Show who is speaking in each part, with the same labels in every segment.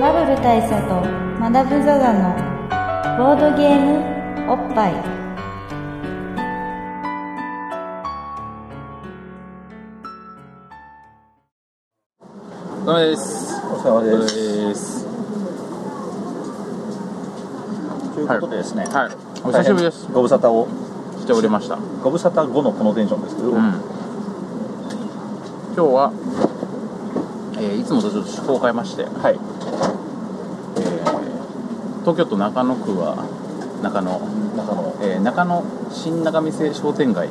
Speaker 1: 大佐とマダム・ザ・ザのボードゲームおっぱい
Speaker 2: お疲れ様です。
Speaker 3: お疲れ様
Speaker 2: で
Speaker 3: です。
Speaker 2: す。
Speaker 3: ということでですね、
Speaker 2: はい。お久しぶりです
Speaker 3: 大。変ご無沙汰を、
Speaker 2: 来ておりました。うん。
Speaker 3: ご無沙汰後のこのテンションですけど、
Speaker 2: 今日は、えーいつもとちょっと趣向を変えまして、
Speaker 3: はい、
Speaker 2: えー東京都中野区は、中野、
Speaker 3: 中野、
Speaker 2: えー中野新仲見世商店街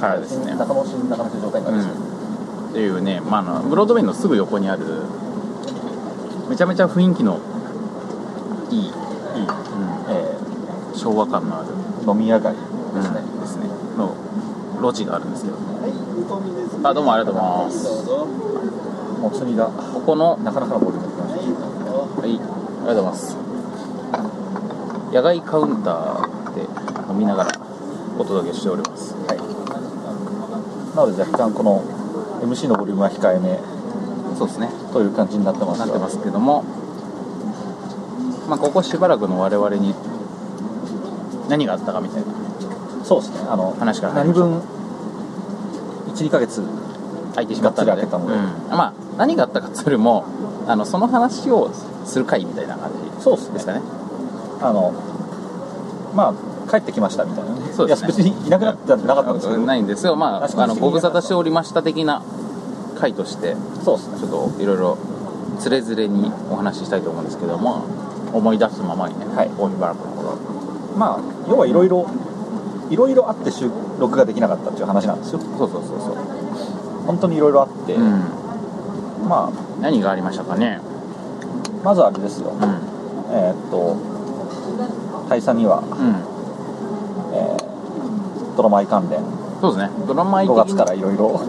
Speaker 2: からですね、
Speaker 3: 中野新中野市商店街ですね、
Speaker 2: うん、っていうね、まあ、あのブロードウェイのすぐ横にあるめちゃめちゃ雰囲気のいい、
Speaker 3: いい、
Speaker 2: う
Speaker 3: え
Speaker 2: ん、昭和感のある、
Speaker 3: ー飲み屋街で
Speaker 2: です
Speaker 3: すね
Speaker 2: ね、、ですねの路地があるんですけど
Speaker 4: は
Speaker 2: あどうもありがとうございます
Speaker 4: どうぞ。
Speaker 3: もう釣りが
Speaker 2: ここの
Speaker 3: なかなかのボリュームできまし
Speaker 2: はいありがとうございます野外カウンターで飲みながらお届けしております
Speaker 3: た、はい、なので若干この MC のボリュームは控えめ
Speaker 2: そうですね
Speaker 3: という感じになってます
Speaker 2: な
Speaker 3: が
Speaker 2: ってますけどもまあここしばらくの我々に何があったかみたいな
Speaker 3: そうですねあの
Speaker 2: 話から入り
Speaker 3: 何
Speaker 2: ましょう
Speaker 3: 分12ヶ月
Speaker 2: 空いてしまったの
Speaker 3: がっつ
Speaker 2: で
Speaker 3: り開けたので
Speaker 2: うんまあ何があったかっつうよりもあのその話をする会みたいな感
Speaker 3: そうです
Speaker 2: じですかね
Speaker 3: あのまあ帰ってきましたみたいなね
Speaker 2: そうですね
Speaker 3: いや別にいなくなってなかったんですけど、
Speaker 2: ないんですよ、ま
Speaker 3: 確
Speaker 2: あ、
Speaker 3: か
Speaker 2: あ
Speaker 3: に
Speaker 2: のご無沙汰しておりました的な回として、
Speaker 3: そうですね
Speaker 2: ちょっといろいろ、つれづれにお話ししたいと思うんですけども、思い出すままにね、
Speaker 3: はい
Speaker 2: 大バラクの頃
Speaker 3: まあ要はいろいろいろいろあって収録ができなかったっていう話なんですよ
Speaker 2: そうそうそうそう、
Speaker 3: 本当にいろいろあって、
Speaker 2: うん、
Speaker 3: ま
Speaker 2: 何がありましたかね、
Speaker 3: あまずあれですよ
Speaker 2: うん、うん、
Speaker 3: えーっと大佐には、えー、ドラマイ関連
Speaker 2: そうですね、ドラマイ
Speaker 3: 5
Speaker 2: 的
Speaker 3: 月
Speaker 2: に
Speaker 3: からいろいろ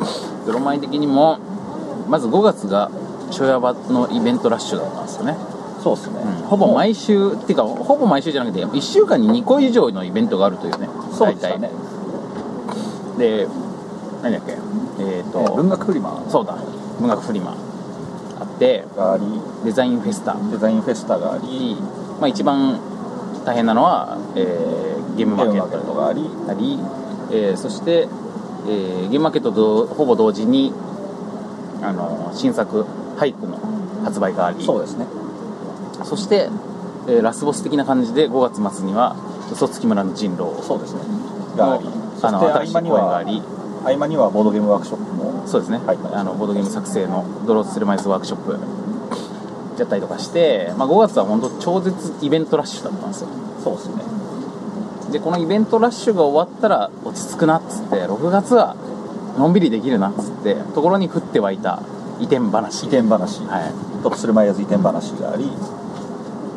Speaker 2: ドラマイ的にも、まず5月が、ちょやばのイベントラッシュだったんですよね、
Speaker 3: そうですね、
Speaker 2: うんほぼ毎週、っていうか、ほぼ毎週じゃなくて、1週間に2個以上のイベントがあるというね、
Speaker 3: そうでしたね、
Speaker 2: 大体で、何だっけ、えっ、
Speaker 3: え
Speaker 2: と、
Speaker 3: ー文学フリマ
Speaker 2: そうだ文学フリマあって
Speaker 3: があり
Speaker 2: デザインフェスタ
Speaker 3: デザインフェスタがあり
Speaker 2: に、まあ、一番大変なのは、えーゲーム
Speaker 3: ゲ
Speaker 2: マー
Speaker 3: ーム
Speaker 2: ケ
Speaker 3: マーケ
Speaker 2: ッ
Speaker 3: ット
Speaker 2: ト
Speaker 3: があり
Speaker 2: なり、えーそして、えーゲームマーケットとほぼ同時にあの新作俳句の発売があり
Speaker 3: そうですね
Speaker 2: そして、えーラスボス的な感じで5月末には嘘つき村の人狼
Speaker 3: そうですねがあ
Speaker 2: の
Speaker 3: りそ
Speaker 2: あ
Speaker 3: し
Speaker 2: の
Speaker 3: て合
Speaker 2: 新しい公演
Speaker 3: 間に
Speaker 2: があ
Speaker 3: は
Speaker 2: り
Speaker 3: 合間にはボードゲームワークショップも
Speaker 2: そうですね、
Speaker 3: はい
Speaker 2: あのボードゲーム作成のドローツルマイズワークショップやったりとかして、まあ、5月は本当超絶イベントラッシュだったんですよ
Speaker 3: そうですね
Speaker 2: でこのイベントラッシュが終わったら落ち着くなっつって6月はのんびりできるなっつってところに降って湧いた移転話
Speaker 3: 移転話、
Speaker 2: は
Speaker 3: ドロスルマイヤーズ移転話があり
Speaker 2: い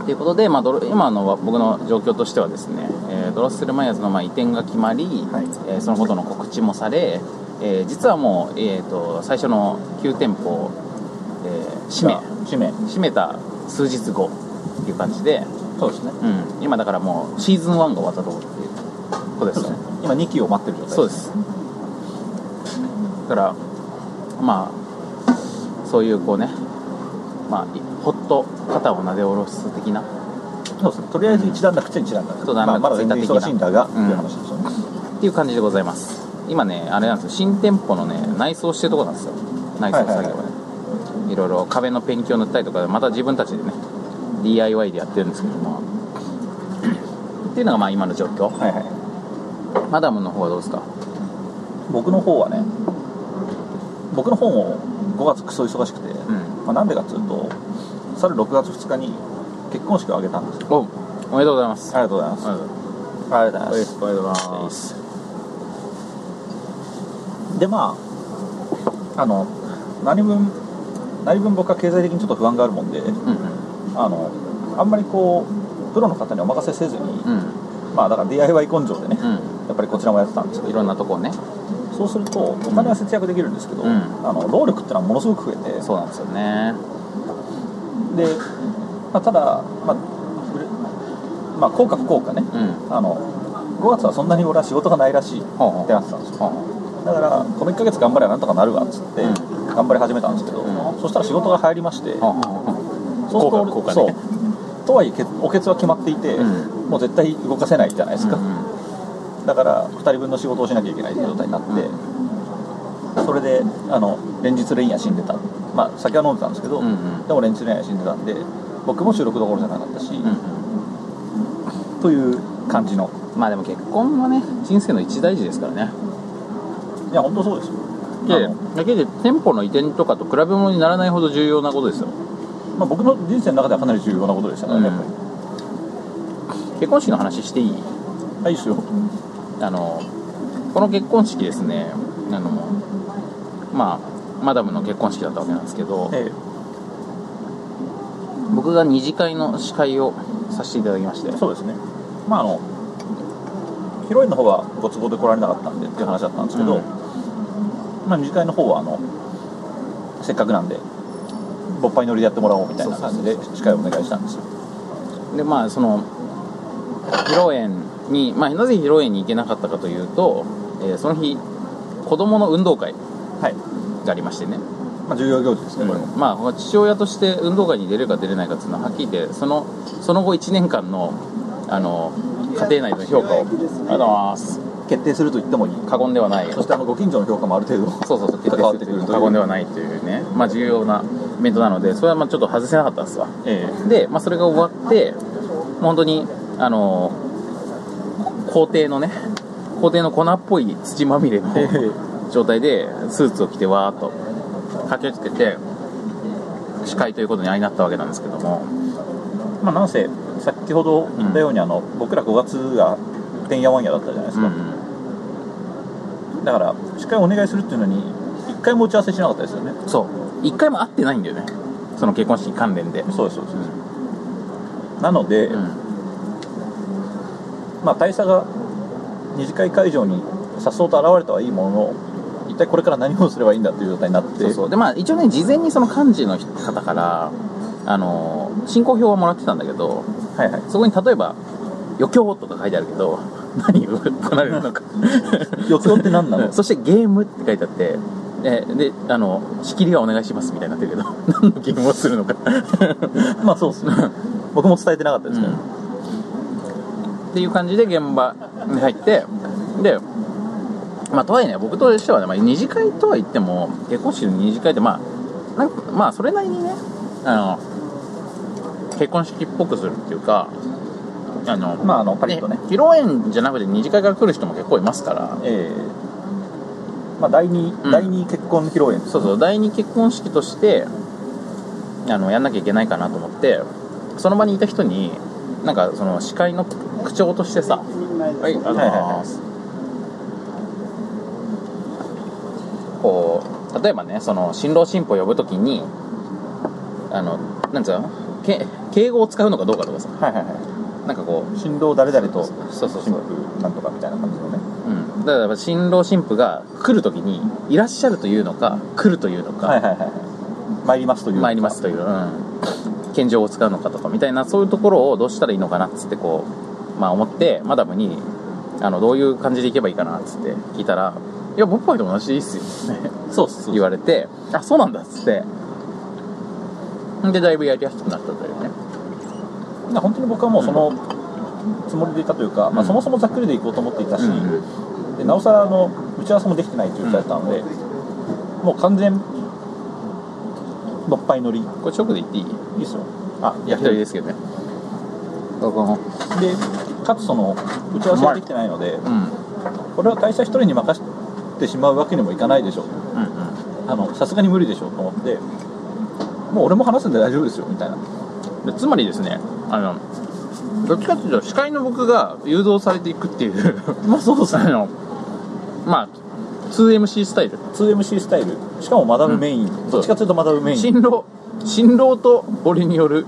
Speaker 2: ということで、まあ、ドロ今のは僕の状況としてはですね、えードロッセルマイヤーズのまあ移転が決まり、
Speaker 3: はい
Speaker 2: えーそのことの告知もされ、えー実はもう、えー、と最初の9店舗を、えー閉め
Speaker 3: 締め
Speaker 2: 閉めた数日後っていう感じで、
Speaker 3: そうですね
Speaker 2: うん、今だからもうシーズン1が終わったところっていうことですね
Speaker 3: 今2期を待ってる状態
Speaker 2: そうですだからまあそういうこうねまあいほっと肩をなで下ろす的な
Speaker 3: そうですねとりあえず一段落っちゃ一段落、
Speaker 2: ん
Speaker 3: まあ、まだ全然忙しいんだが、
Speaker 2: う
Speaker 3: っ
Speaker 2: ん
Speaker 3: ていう話ですよね
Speaker 2: っていう感じでございます今ねあれなんですよ新店舗のね内装してるとこなんですよ内装作業がね、
Speaker 3: はいはい
Speaker 2: いろいろ壁のペンキを塗ったりとかまた自分たちでね DIY でやってるんですけどもっていうのがまあ今の状況
Speaker 3: はいはい
Speaker 2: マダムの方はどうですか
Speaker 3: 僕の方はね僕の方も5月クソ忙しくて、
Speaker 2: うん
Speaker 3: まあ、なんでかっていうと去る6月2日に結婚式を挙げたんですよ
Speaker 2: おおめでとうございます
Speaker 3: ありがとうございます、ありがとうございま
Speaker 2: お
Speaker 3: す
Speaker 2: めでとうござい
Speaker 3: ま
Speaker 2: ます
Speaker 3: でまああの何分何分僕は経済的にちょっと不安があるもんで
Speaker 2: うんうん
Speaker 3: あのあんまりこうプロの方にお任せせずに、
Speaker 2: うん
Speaker 3: まあだから DIY 根性でね、
Speaker 2: う
Speaker 3: やっぱりこちらもやってたんですけ
Speaker 2: んい
Speaker 3: ど
Speaker 2: ろんなとこをね
Speaker 3: そうするとお金は節約できるんですけど、
Speaker 2: うん
Speaker 3: あの労力ってのはものすごく増えて
Speaker 2: そうなんですよね
Speaker 3: で、まあ、ただ、まあ売れまあ、効果不効果ね
Speaker 2: うん
Speaker 3: あの5月はそんなに俺は仕事がないらしいって
Speaker 2: ほうほう
Speaker 3: なってたんですよ
Speaker 2: ほうほ
Speaker 3: だからこの1ヶ月頑張ればなんとかなるわっつって
Speaker 2: うん
Speaker 3: 頑張り始めたんですけど、
Speaker 2: う
Speaker 3: そしたら仕事が入りまして、
Speaker 2: うほうほう
Speaker 3: そうす
Speaker 2: 効
Speaker 3: ると
Speaker 2: 果効果ね
Speaker 3: そうとはいえけおけつは決まっていて、
Speaker 2: うん
Speaker 3: もう絶対動かせないじゃないですか、だから2人分の仕事をしなきゃいけない状態になって、それであの連日レインや死んでた、まあ、酒は飲んでたんですけど、
Speaker 2: うんうん
Speaker 3: でも連日レインや死んでたんで僕も収録どころじゃなかったし、
Speaker 2: うんうん
Speaker 3: という感じの
Speaker 2: まあでも結婚はね人生の一大事ですからね
Speaker 3: いや本当そうですよ
Speaker 2: で
Speaker 3: あの
Speaker 2: だけで店舗の移転とかと比べ物にならないほど重要なことですよ
Speaker 3: まあ、僕の人生の中ではかなり重要なことでしたからね、
Speaker 2: うん
Speaker 3: やっぱ
Speaker 2: 結婚式の話していい
Speaker 3: りはいいいですよ
Speaker 2: あのこの結婚式ですねあのまあマダムの結婚式だったわけなんですけど
Speaker 3: ええ
Speaker 2: 僕が二次会の司会をさせていただきまして
Speaker 3: そうですね、まあ、あのヒロインの方はご都合で来られなかったんでっていう話だったんですけど、
Speaker 2: うん
Speaker 3: まあ、二次会の方はあのせっかくなんで、勃発乗りでやってもらおうみたいな感じで、司会をお願いしたんですよ。
Speaker 2: でまあその披露宴に、まあ、なぜ披露宴に行けなかったかというと、えーその日子供の運動会
Speaker 3: はい
Speaker 2: がありましてね、
Speaker 3: まあ、重要行事ですね、これも。
Speaker 2: まあ父親として運動会に出れるか出れないかっていうのははっきり言ってそのその後1年間のあの家庭内の評価をありがとうございます
Speaker 3: 決定すると言ってもいい、
Speaker 2: 過言ではない
Speaker 3: そしてあのご近所の評価もある程度、
Speaker 2: そうそうそう決
Speaker 3: 関わっ
Speaker 2: 定
Speaker 3: て
Speaker 2: す
Speaker 3: くる
Speaker 2: る
Speaker 3: という
Speaker 2: 過言ではないというねまあ重要なイベントなのでそれはまあちょっと外せなかったですわ
Speaker 3: え
Speaker 2: で、まあ、それが終わって、もう本当に、あのー校庭のね、校庭の粉っぽい土まみれ の
Speaker 3: ええ
Speaker 2: 状態で、スーツを着てわーっと駆けつけて、司会ということに相なったわけなんですけども、
Speaker 3: まあ、なんせ、先ほど言ったように、あの僕ら5月がてんやわんやだったじゃないです
Speaker 2: うん
Speaker 3: か、
Speaker 2: うん
Speaker 3: だから、司会をお願いするっていうのに、1回も打ち合わせしなかったですよね。
Speaker 2: そう、一回も会ってないんだよね、その結婚式関連で。
Speaker 3: そうですそうです、なので、
Speaker 2: うん
Speaker 3: まあ、大佐が二次会会場にさっそうと現れたはいいものの一体これから何をすればいいんだという状態になって
Speaker 2: そうそうでまあ、一応ね、事前にその幹事の方から、あのー進行表はもらってたんだけど、
Speaker 3: はいはい
Speaker 2: そこに例えば「余興」とか書いてあるけど 何を行われるのか
Speaker 3: 余興って何なの
Speaker 2: そして「ゲーム」って書いてあってえであの仕切りはお願いしますみたいになってるけど 何のゲームをするのか
Speaker 3: まあそうですね僕も伝えてなかったですけど、
Speaker 2: っていう感じで現場に入ってでまあとはいえね僕としてはね、まあ、二次会とは言っても結婚式の二次会ってまあなんかまあそれなりにねあの結婚式っぽくするっていうかあの
Speaker 3: まああのパリッとね
Speaker 2: 披露宴じゃなくて二次会から来る人も結構いますから
Speaker 3: ええまあ第二、
Speaker 2: うん
Speaker 3: 第二結婚披露宴
Speaker 2: そうそう第二結婚式としてあのやんなきゃいけないかなと思ってその場にいた人になんかその司会の口調としてさ「はいありがとうございます」こう例えばねその新郎新婦を呼ぶときにあのなんつうのけ敬語を使うのかどうかとかさ
Speaker 3: はいはいは
Speaker 2: なんかこう
Speaker 3: い新郎誰々と
Speaker 2: そうそうそ
Speaker 3: 新
Speaker 2: う、
Speaker 3: 婦なんとかみたいな感じのね
Speaker 2: うん、だから新郎新婦が来るときに「いらっしゃる」というのか「来る」というのか、
Speaker 3: はいはいはいはい参りますという
Speaker 2: 参りますという、うん、献上を使うのかとかみたいなそういうところをどうしたらいいのかなっつってこう、まあ、思ってマダムにあのどういう感じでいけばいいかなっつって聞いたら「いや僕パイと同じでいいっすよ」
Speaker 3: そうっす
Speaker 2: 言われて「あそうなんだ」っつってでだいぶやりやすくなったというね
Speaker 3: まあ本当に僕はもうそのつもりでいたというか、まあ、そもそもざっくりでいこうと思っていたし、
Speaker 2: うんう
Speaker 3: でなおさらあの打ち合わせもできてないという状態だったので、もう完全のっぱい乗りい
Speaker 2: これ直で言っていい
Speaker 3: いですよあ
Speaker 2: 焼き鳥ですけどねどうこの
Speaker 3: でかつその打ち合わせができてないので
Speaker 2: うんうん
Speaker 3: これは会社一人に任せてしまうわけにもいかないでしょうあのさすがに無理でしょうと思ってもう俺も話すんで大丈夫ですよみたいな
Speaker 2: うんでつまりですねあのどっちかっていうと司会の僕が誘導されていくっていう
Speaker 3: まあそうです
Speaker 2: あのまあ 2MC スタイル
Speaker 3: 2MC スタイルしかもマダムメイン、
Speaker 2: ん
Speaker 3: どっちかというとマダムメイン
Speaker 2: 新郎新郎と俺による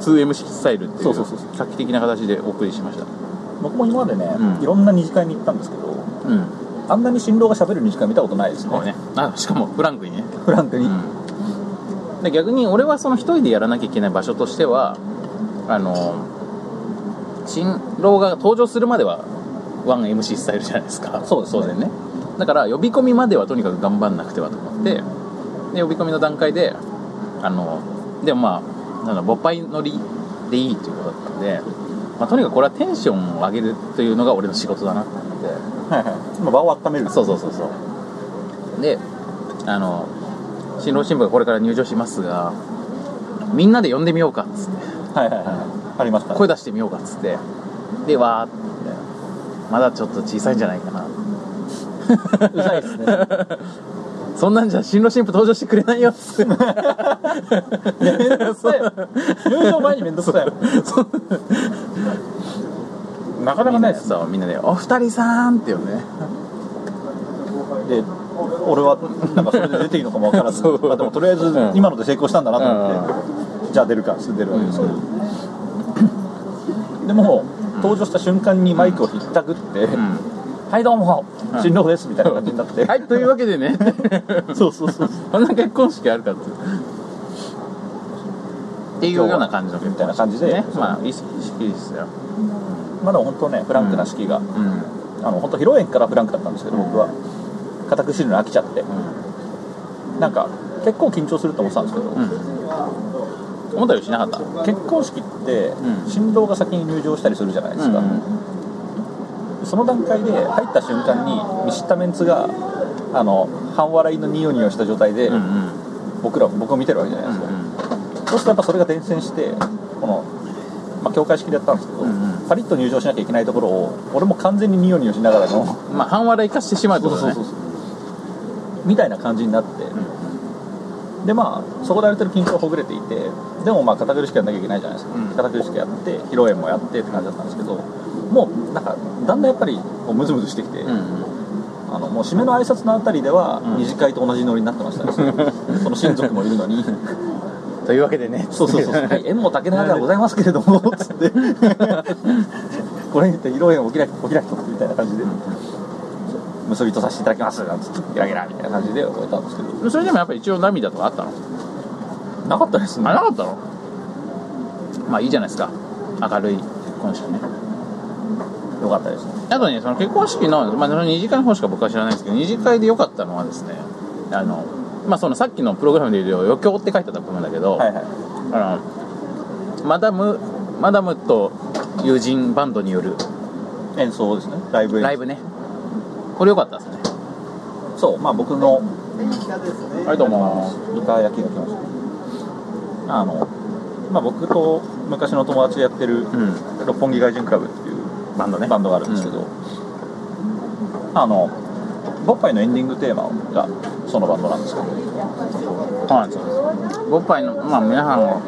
Speaker 2: 2MC スタイルってい
Speaker 3: そう
Speaker 2: う
Speaker 3: そうそうそう
Speaker 2: 画期的な形でお送りしました
Speaker 3: 僕も今までね、
Speaker 2: うん
Speaker 3: いろんな二次会に行ったんですけど
Speaker 2: うん
Speaker 3: あんなに新郎が喋る二次会見たことないですね
Speaker 2: そうねあしかもフランクにね、
Speaker 3: フランクに、
Speaker 2: うん、で逆に俺はその一人でやらなきゃいけない場所としてはあの新郎が登場するまでは 1MC スタイルじゃないですか
Speaker 3: そうですね
Speaker 2: 当然ねだから呼び込みまではとにかく頑張んなくてはと思ってで呼び込みの段階であのでもまああの勃発乗りでいいということだったんで、まあ、とにかくこれはテンションを上げるというのが俺の仕事だなと思って。
Speaker 3: はいはいまあ場を温める
Speaker 2: そうそうそうそうであの新郎新婦がこれから入場しますがみんなで呼んでみようかっつって
Speaker 3: はいはいはいありました
Speaker 2: 声出してみようかっつってでわーってまだちょっと小さいんじゃないかな
Speaker 3: うざいですね
Speaker 2: そんなんじゃ新郎新婦登場してくれないよっつって
Speaker 3: やめなさいよ入場前に面倒くさいよなかなかないです
Speaker 2: そうみんなで「お二人さん」って呼んでね
Speaker 3: で俺はなんかそれで出ていいのかも分からず
Speaker 2: そう
Speaker 3: まあ、でもとりあえず
Speaker 2: うん
Speaker 3: 今ので成功したんだなと思って、じゃあ出るかって出るわけですけど、でも登場した瞬間にマイクをひったくって
Speaker 2: う
Speaker 3: 「
Speaker 2: ん
Speaker 3: はいどうも
Speaker 2: うん
Speaker 3: 新郎です」みたいな感じになって、
Speaker 2: はいというわけでね
Speaker 3: そうそうそう
Speaker 2: こんな結婚式あるかってっていうような感じの結婚式
Speaker 3: みたいな感じで
Speaker 2: ねまあいい式ですよ
Speaker 3: まだ本当ねフランクな式が、
Speaker 2: うん
Speaker 3: あの本当披露宴からフランクだったんですけど僕は固く知るの飽きちゃってなんか結構緊張すると思ってたんですけど、
Speaker 2: うん、思ったよりしなかった
Speaker 3: 結婚式って
Speaker 2: うん
Speaker 3: 新郎が先に入場したりするじゃないですか、その段階で入った瞬間に見知ったメンツがあの半笑いのニヨニヨした状態で、
Speaker 2: うんうん
Speaker 3: 僕ら僕を見てるわけじゃないですか、そうするとやっぱそれが伝染してこの、まあ、教会式でやったんですけど、
Speaker 2: うんうん
Speaker 3: パリッと入場しなきゃいけないところを俺も完全にニヨニヨしながらの
Speaker 2: まあ半笑い化してしまうってことね
Speaker 3: みたいな感じになって、でまあそこである程度緊張ほぐれていてでもまあ堅苦しくやんなきゃいけないじゃないですか、
Speaker 2: うん
Speaker 3: 堅苦しくやって披露宴もやってって感じだったんですけどもうなんかだんだんやっぱりもうムズムズしてきて、
Speaker 2: うん
Speaker 3: あのもう締めの挨拶のあたりでは
Speaker 2: ん
Speaker 3: 二次会と同じノリになってました ね、その親族もいるのに
Speaker 2: うんというわけでね
Speaker 3: そうそうそうそう、はい、縁も竹中ではございますけれどもつってこれにて披露宴をお開きお開きとみたいな感じで結びとさせていただきますなんつってゲラゲラみたいな感じで終えたんですけ ど
Speaker 2: それでもやっぱ一応涙とかあったの
Speaker 3: なかったですね
Speaker 2: あなかったのまあいいじゃないですか明るい結婚式ね
Speaker 3: よかったですね
Speaker 2: あとねその結婚式の,、まあ、その二次会の方しか僕は知らないんですけど二次会で良かったのはですねあのまあそのさっきのプログラムで言う余興って書いてあった部分だけど、
Speaker 3: はいはい
Speaker 2: あのマダムマダムと友人バンドによる
Speaker 3: 演奏ですねライブ演奏
Speaker 2: ライブねこれ良かったですね
Speaker 3: そうまあ僕の
Speaker 2: はいどうも
Speaker 3: イカ焼きが来ましたあのまあ僕と昔の友達がやってる
Speaker 2: うん
Speaker 3: 六本木外人クラブっていう
Speaker 2: バンドね
Speaker 3: バンドがあるんですけど、あのボッパイのエンディングテーマがそのバンドなんですけど
Speaker 2: そうなんですよボッパイのまあ皆さんも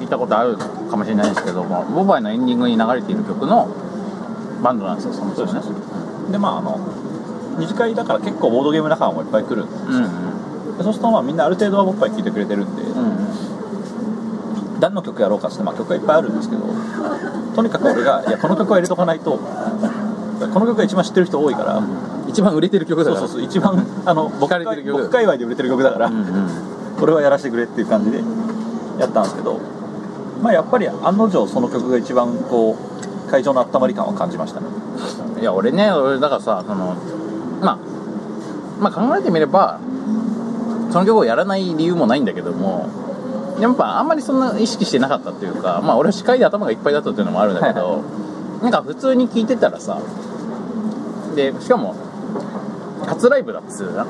Speaker 2: 聞いたことあるかもしれないんですけどもボッパイのエンディングに流れている曲のバンドなんですよそもそもね
Speaker 3: でまああの二次会だから結構ボードゲーム仲間もいっぱい来るんで
Speaker 2: うんうん
Speaker 3: そうするとまあみんなある程度はボッパイ聴いてくれてるんで、
Speaker 2: うん
Speaker 3: 何の曲やろうかっつって、まあ、曲はいっぱいあるんですけどとにかく俺がいやこの曲は入れとかないとこの曲が一番知ってる人多いから、
Speaker 2: うん一番売れてる曲だ
Speaker 3: そ
Speaker 2: か
Speaker 3: う
Speaker 2: ら
Speaker 3: そうそう一番あの僕
Speaker 2: か
Speaker 3: 界
Speaker 2: れてる曲
Speaker 3: 僕界隈で売れてる曲だから、
Speaker 2: うんうん
Speaker 3: これはやらせてくれっていう感じでやったんですけど、まあ、やっぱり案の定その曲が一番こう会場の温まり感は感じましたね
Speaker 2: いや俺ね俺だからさそのまあまあ考えてみればその曲をやらない理由もないんだけどもやっぱあんまりそんな意識してなかったっていうかまあ俺は司会で頭がいっぱいだったっていうのもあるんだけど、なんか普通に聴いてたらさでしかも初ライブだっつうな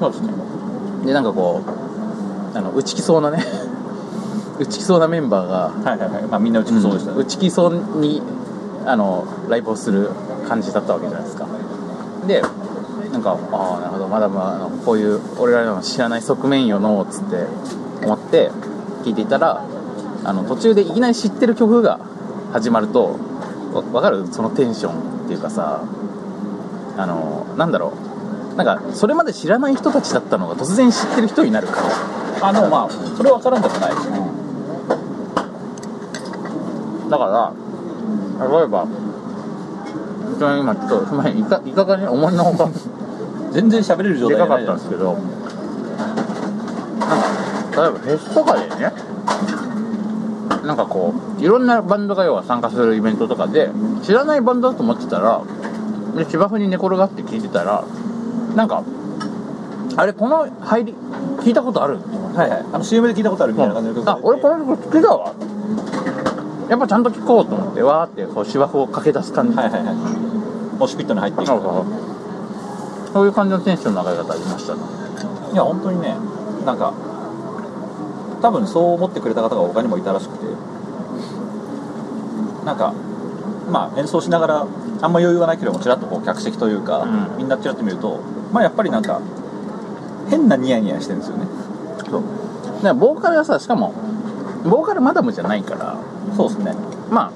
Speaker 3: そうですね
Speaker 2: でなんかこうあの打ちきそうなね 打ちきそうなメンバーが
Speaker 3: はいはいはい、まあ、みんなうちもそうでしたね、
Speaker 2: 打ち切りそうにあのライブをする感じだったわけじゃないですかでなんかああなるほどまだまだあのこういう俺らの知らない側面よのうつって思って聞いていたらあの途中でいきなり知ってる曲が始まるとわわかるそのテンションっていうかさあのなんだろうなんかそれまで知らない人たちだったのが突然知ってる人になる感じ
Speaker 3: あでもまあそれは分からんでもないですね
Speaker 2: だから、例えば、本当に今ちょっと、前いか、いかがね、思いのほか、
Speaker 3: 全然喋れる状
Speaker 2: で
Speaker 3: 態じ
Speaker 2: か
Speaker 3: ゃ
Speaker 2: か
Speaker 3: ない
Speaker 2: っ
Speaker 3: じ
Speaker 2: た
Speaker 3: ゃ
Speaker 2: ん
Speaker 3: ない
Speaker 2: で
Speaker 3: ですす
Speaker 2: けど、なんか、例えばフェスとかでね、なんかこう、いろんなバンドが要は参加するイベントとかで、知らないバンドだと思ってたら、で芝生に寝転がって聞いてたら、なんか、あれ、この入り、聞いたことある
Speaker 3: はいはいあの CM で聞いたことあるみたいな感じの曲が
Speaker 2: あ
Speaker 3: て
Speaker 2: 俺この曲好きだわやっぱちゃんと聴こうと思ってわーってこう芝生を駆け出す感じ、
Speaker 3: はいはいはいモシュピットに入っていく
Speaker 2: そうそうそうそういう感じのテンションの上がり方ありましたね
Speaker 3: いや本当にねなんか多分そう思ってくれた方が他にもいたらしくてなんかまあ演奏しながらあんま余裕がないけれどもちらっとこう客席というか、
Speaker 2: うん
Speaker 3: みんなちらっと見るとまあやっぱりなんか変なニヤニヤしてるんですよね
Speaker 2: そうだからボーカルはさしかもボーカルマダムじゃないから
Speaker 3: そうですね
Speaker 2: まあ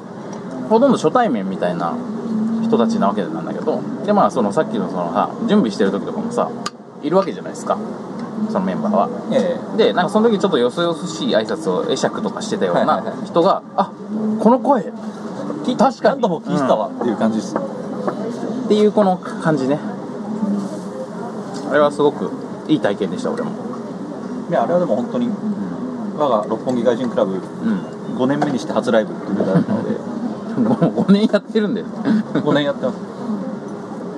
Speaker 2: ほとんど初対面みたいな人たちなわけなんだけどでまあそのさっきのそのさ準備してる時とかもさいるわけじゃないですかそのメンバーは
Speaker 3: え
Speaker 2: でなんかその時ちょっとよそよそしい挨拶を会釈とかしてたよう
Speaker 3: はいはい
Speaker 2: な
Speaker 3: はい
Speaker 2: 人が、あこの声っ
Speaker 3: え聞
Speaker 2: 確かに
Speaker 3: 何度も聞いてたわっていう感じです、
Speaker 2: ていうこの感じねあれはすごくいい体験でした俺も
Speaker 3: いやあれはでも本当に我が六本木外人クラブ
Speaker 2: う
Speaker 3: 5年目にして初ライブっていうのだった ので
Speaker 2: んもう5年やってるんで
Speaker 3: 5年やってます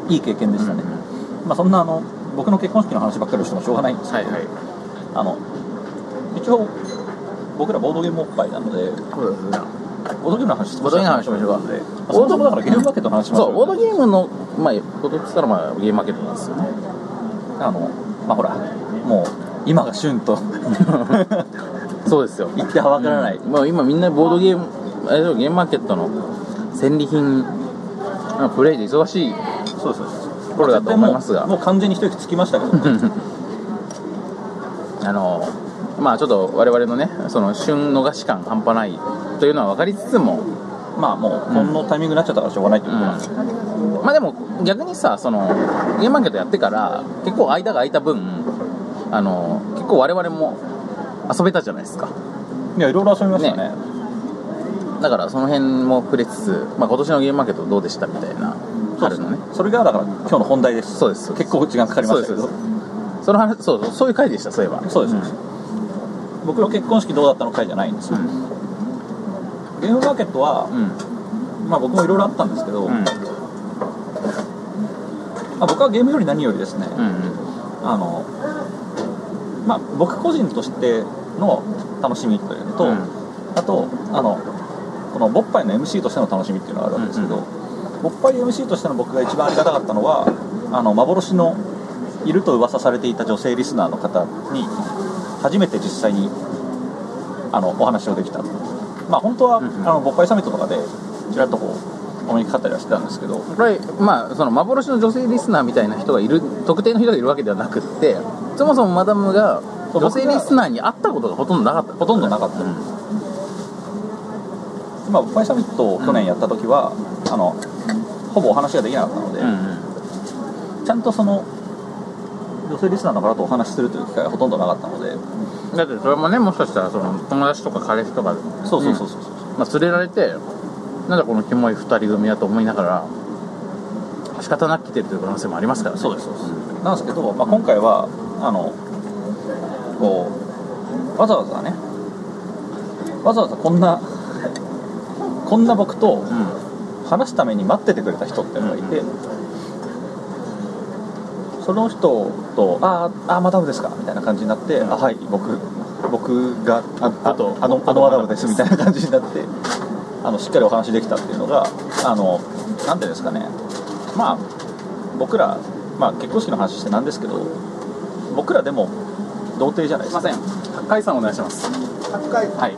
Speaker 3: いい経験でしたね、まあ、そんなあの僕の結婚式の話ばっかりをしてもしょうがないんです
Speaker 2: はいはい
Speaker 3: あの一応僕らボードゲームおっぱいなので
Speaker 2: そうですね
Speaker 3: ボードゲームの話
Speaker 2: ボードゲームの話しましょうか
Speaker 3: でそもそもだからゲームマーケットの話しまし
Speaker 2: そうボー
Speaker 3: ょ
Speaker 2: ド
Speaker 3: う
Speaker 2: ゲームのまあボードっつったらまあゲームマーケットなんですよね
Speaker 3: あのまあほらもう今が 旬と
Speaker 2: そうですよ
Speaker 3: 言ってはわからない、
Speaker 2: うんまあ、今みんなボードゲームあれでしょゲームマーケットの戦利品あプレイで忙しい
Speaker 3: そうそうそう
Speaker 2: これだと思います
Speaker 3: も
Speaker 2: が
Speaker 3: うもう完全に一息つきましたけど、ね、
Speaker 2: あのまあちょっと我々のねその旬逃し感半端ないというのは分かりつつも
Speaker 3: まあもうこのタイミングになっちゃったからしょうがないということなんです、
Speaker 2: まあでも逆にさそのゲームマーケットやってから結構間が空いた分あの結構我々も遊べたじゃないですか
Speaker 3: いやいろいろ遊びましたね
Speaker 2: ねだからその辺も触れつつ、まあ、今年のゲームマーケットどうでしたみたいな
Speaker 3: そう
Speaker 2: 春
Speaker 3: です
Speaker 2: のね
Speaker 3: それがだから今日の本題です
Speaker 2: そうです
Speaker 3: 結構時間かかりましたけど
Speaker 2: そうその話そうそうそういう回でしたそういえば
Speaker 3: そうです、僕の結婚式どうだったの回じゃないんですよ、ゲームマーケットは、
Speaker 2: うん、うん
Speaker 3: まあ、僕もいろいろあったんですけど、
Speaker 2: うん
Speaker 3: まあ、僕はゲームより何よりですね、
Speaker 2: うん
Speaker 3: あのまあ、僕個人としての楽しみというのと、
Speaker 2: うん
Speaker 3: あとあのこのボッパイの MC としての楽しみっていうのがあるわけですけど、
Speaker 2: うん
Speaker 3: ボッパイ MC としての僕が一番ありがたかったのはあの幻のいると噂されていた女性リスナーの方に初めて実際にあのお話をできたまあ本当は、
Speaker 2: うんうん
Speaker 3: あのボッパイサミットとかでちらっとこうお目にかかったりはしてたんですけど
Speaker 2: これまあその幻の女性リスナーみたいな人がいる特定の人がいるわけではなくってそもそもマダムが
Speaker 3: そう
Speaker 2: 女性リスナーに会ったことがほとんどなかった
Speaker 3: ほとんどなかった、
Speaker 2: うん
Speaker 3: まあ、ファイサミットを去年やった時は、あのほぼお話ができなかったので、
Speaker 2: うん
Speaker 3: ちゃんとその女性リスナーの方とお話しするという機会がほとんどなかったので
Speaker 2: だってそれもねもしかしたらその友達とか彼氏とかで
Speaker 3: そうそうそうそう、
Speaker 2: まあ、連れられてなんだこのキモい2人組だと思いながら仕方なく来てるという可能性もありますからね
Speaker 3: そうですそうですなんですけど、まあ、今回はあのこうわざわざねわざわざこんなこんな僕と
Speaker 2: うん
Speaker 3: 話すために待っててくれた人っていうのがいて、その人と「あーあーマダムですか」みたいな感じになって「あはい僕僕がああ
Speaker 2: 元
Speaker 3: あのあのマダムです」みたいな感じになってあのしっかりお話できたっていうのがあのなんていうんですかねまあ僕ら、まあ、結婚式の話してなんですけど僕らでも童貞じゃないですす
Speaker 2: い
Speaker 3: か
Speaker 2: ません八海さんお願いします八海はい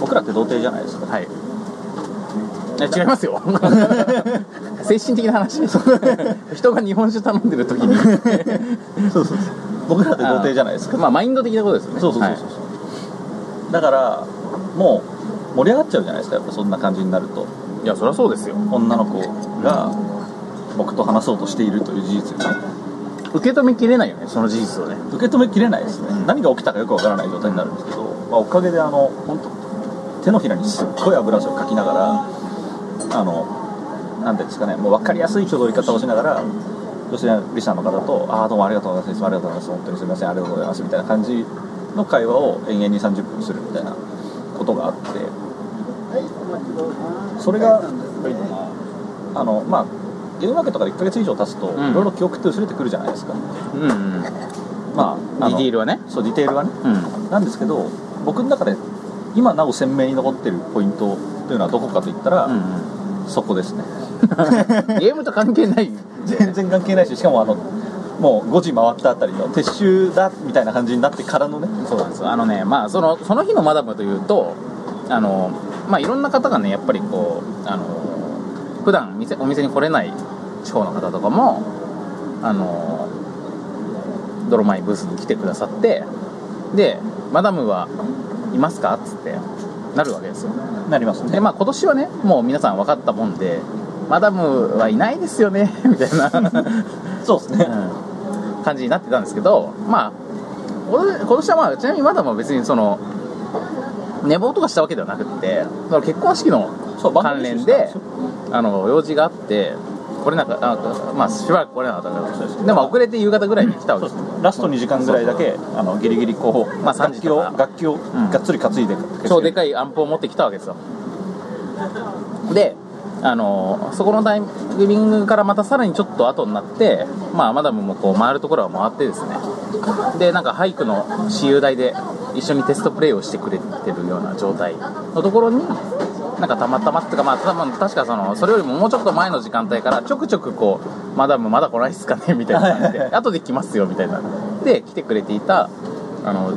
Speaker 3: 僕らって童貞じゃないですか
Speaker 2: はいえ違います よ精神的な話です人が日本酒頼んでる時に
Speaker 3: そうそうそう僕らって童貞じゃないですか
Speaker 2: まあマインド的なことですよね
Speaker 3: そうそうそうそう、だからもう盛り上がっちゃうじゃないですかやっぱそんな感じになると
Speaker 2: はいいやそりゃそうですよ
Speaker 3: 女の子が僕と話そうとしているという事実にね
Speaker 2: 受け止めきれないよねその事実をね
Speaker 3: 受け止めきれないですね、何が起きたかよくわからない状態になるんですけど、まあ、おかげであの本当手のひらにすっごい油汗をかきながらあのなんていうんですかねもう分かりやすい踊り方をしながら女性リスナーの方と「ああどうもありがとうございますいつもありがとうございます本当にすみませんありがとうございます」みたいな感じの会話を延々に30分するみたいなことがあってそれがあのまあゲームマーケットから1ヶ月以上経つと、
Speaker 2: ん
Speaker 3: いろいろ記憶って薄れてくるじゃないですか、
Speaker 2: うんうん
Speaker 3: ま
Speaker 2: ディティールはね
Speaker 3: そうディテールはね
Speaker 2: うん
Speaker 3: なんですけど僕の中で今なお鮮明に残ってるポイントというのはどこかといったら、
Speaker 2: うん
Speaker 3: そこですね
Speaker 2: うん、 ゲームと関係ない
Speaker 3: 全然関係ないししかもあのもう5時回ったあたりの撤収だみたいな感じになってからのね
Speaker 2: そうなんですよあのねまあそのその日のマダムというとあのまあいろんな方がねやっぱりこうあの普段店お店に来れない地方の方とかもあのドロマイブースに来てくださってで「マダムはいますか?」っつってなるわけですよ
Speaker 3: なりますね
Speaker 2: でまあ今年はねもう皆さん分かったもんで「マダムはいないですよね」 みたい な
Speaker 3: そうですね、
Speaker 2: うん感じになってたんですけど、まあ、俺今年は、まあ、ちなみにまだまあ別にその寝坊とかしたわけではなくってその結婚式の
Speaker 3: そう
Speaker 2: 関連であの用事があって来れなかったあまあしばらく来れなかったから
Speaker 3: そうです
Speaker 2: でも遅れて夕方ぐらいに来たわ
Speaker 3: そ
Speaker 2: け
Speaker 3: う
Speaker 2: で
Speaker 3: ですすねラスト2時間ぐらいだけあのギリギリこう、
Speaker 2: まあ3
Speaker 3: 楽
Speaker 2: 時
Speaker 3: 器を
Speaker 2: とか
Speaker 3: 楽器を
Speaker 2: ん
Speaker 3: がっつり担いで、
Speaker 2: 超でかいアンプを持ってきたわけですよであのそこのタイミングからまたさらにちょっと後になって、まあ、マダムもこう回るところは回ってですねでなんか俳句の私有台で一緒にテストプレイをしてくれてるような状態のところになんかたまたまっていうか、まあ、多分確かそのそれよりももうちょっと前の時間帯からちょくちょくこう「マダムまだ来ないっすかね」みたいな感じで「後で来ますよ」みたいなで来てくれていたあの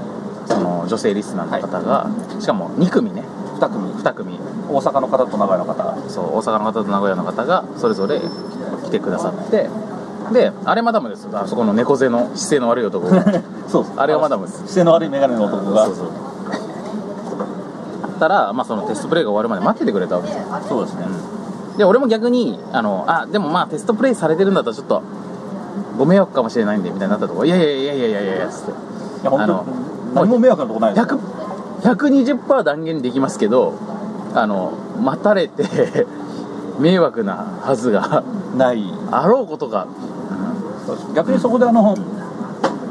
Speaker 2: その女性リスナーの方が、しかも2組ね
Speaker 3: 2組
Speaker 2: 2組
Speaker 3: 大阪の方と長屋の方
Speaker 2: そう大阪の方と名古屋の方がそれぞれ来てくださってであれマダムですよあそこの猫背の姿勢の悪い 男が
Speaker 3: そうです
Speaker 2: あれはまだもです
Speaker 3: 姿勢の悪い眼鏡の男が
Speaker 2: そうそうたら、まあ、そのテストプレイが終わるまで待っててくれたわけですよ
Speaker 3: そうですね
Speaker 2: で俺も逆にあのあでもまあテストプレイされてるんだったらちょっとご迷惑かもしれないんでみたいになったとこいやいやいやいやいやいやいやつって
Speaker 3: いや本
Speaker 2: あの
Speaker 3: 当に何も迷惑なとこないです
Speaker 2: 100 120%断言できますけどあの待たれて 迷惑なはずが
Speaker 3: ない
Speaker 2: あろうことか
Speaker 3: 逆にそこであの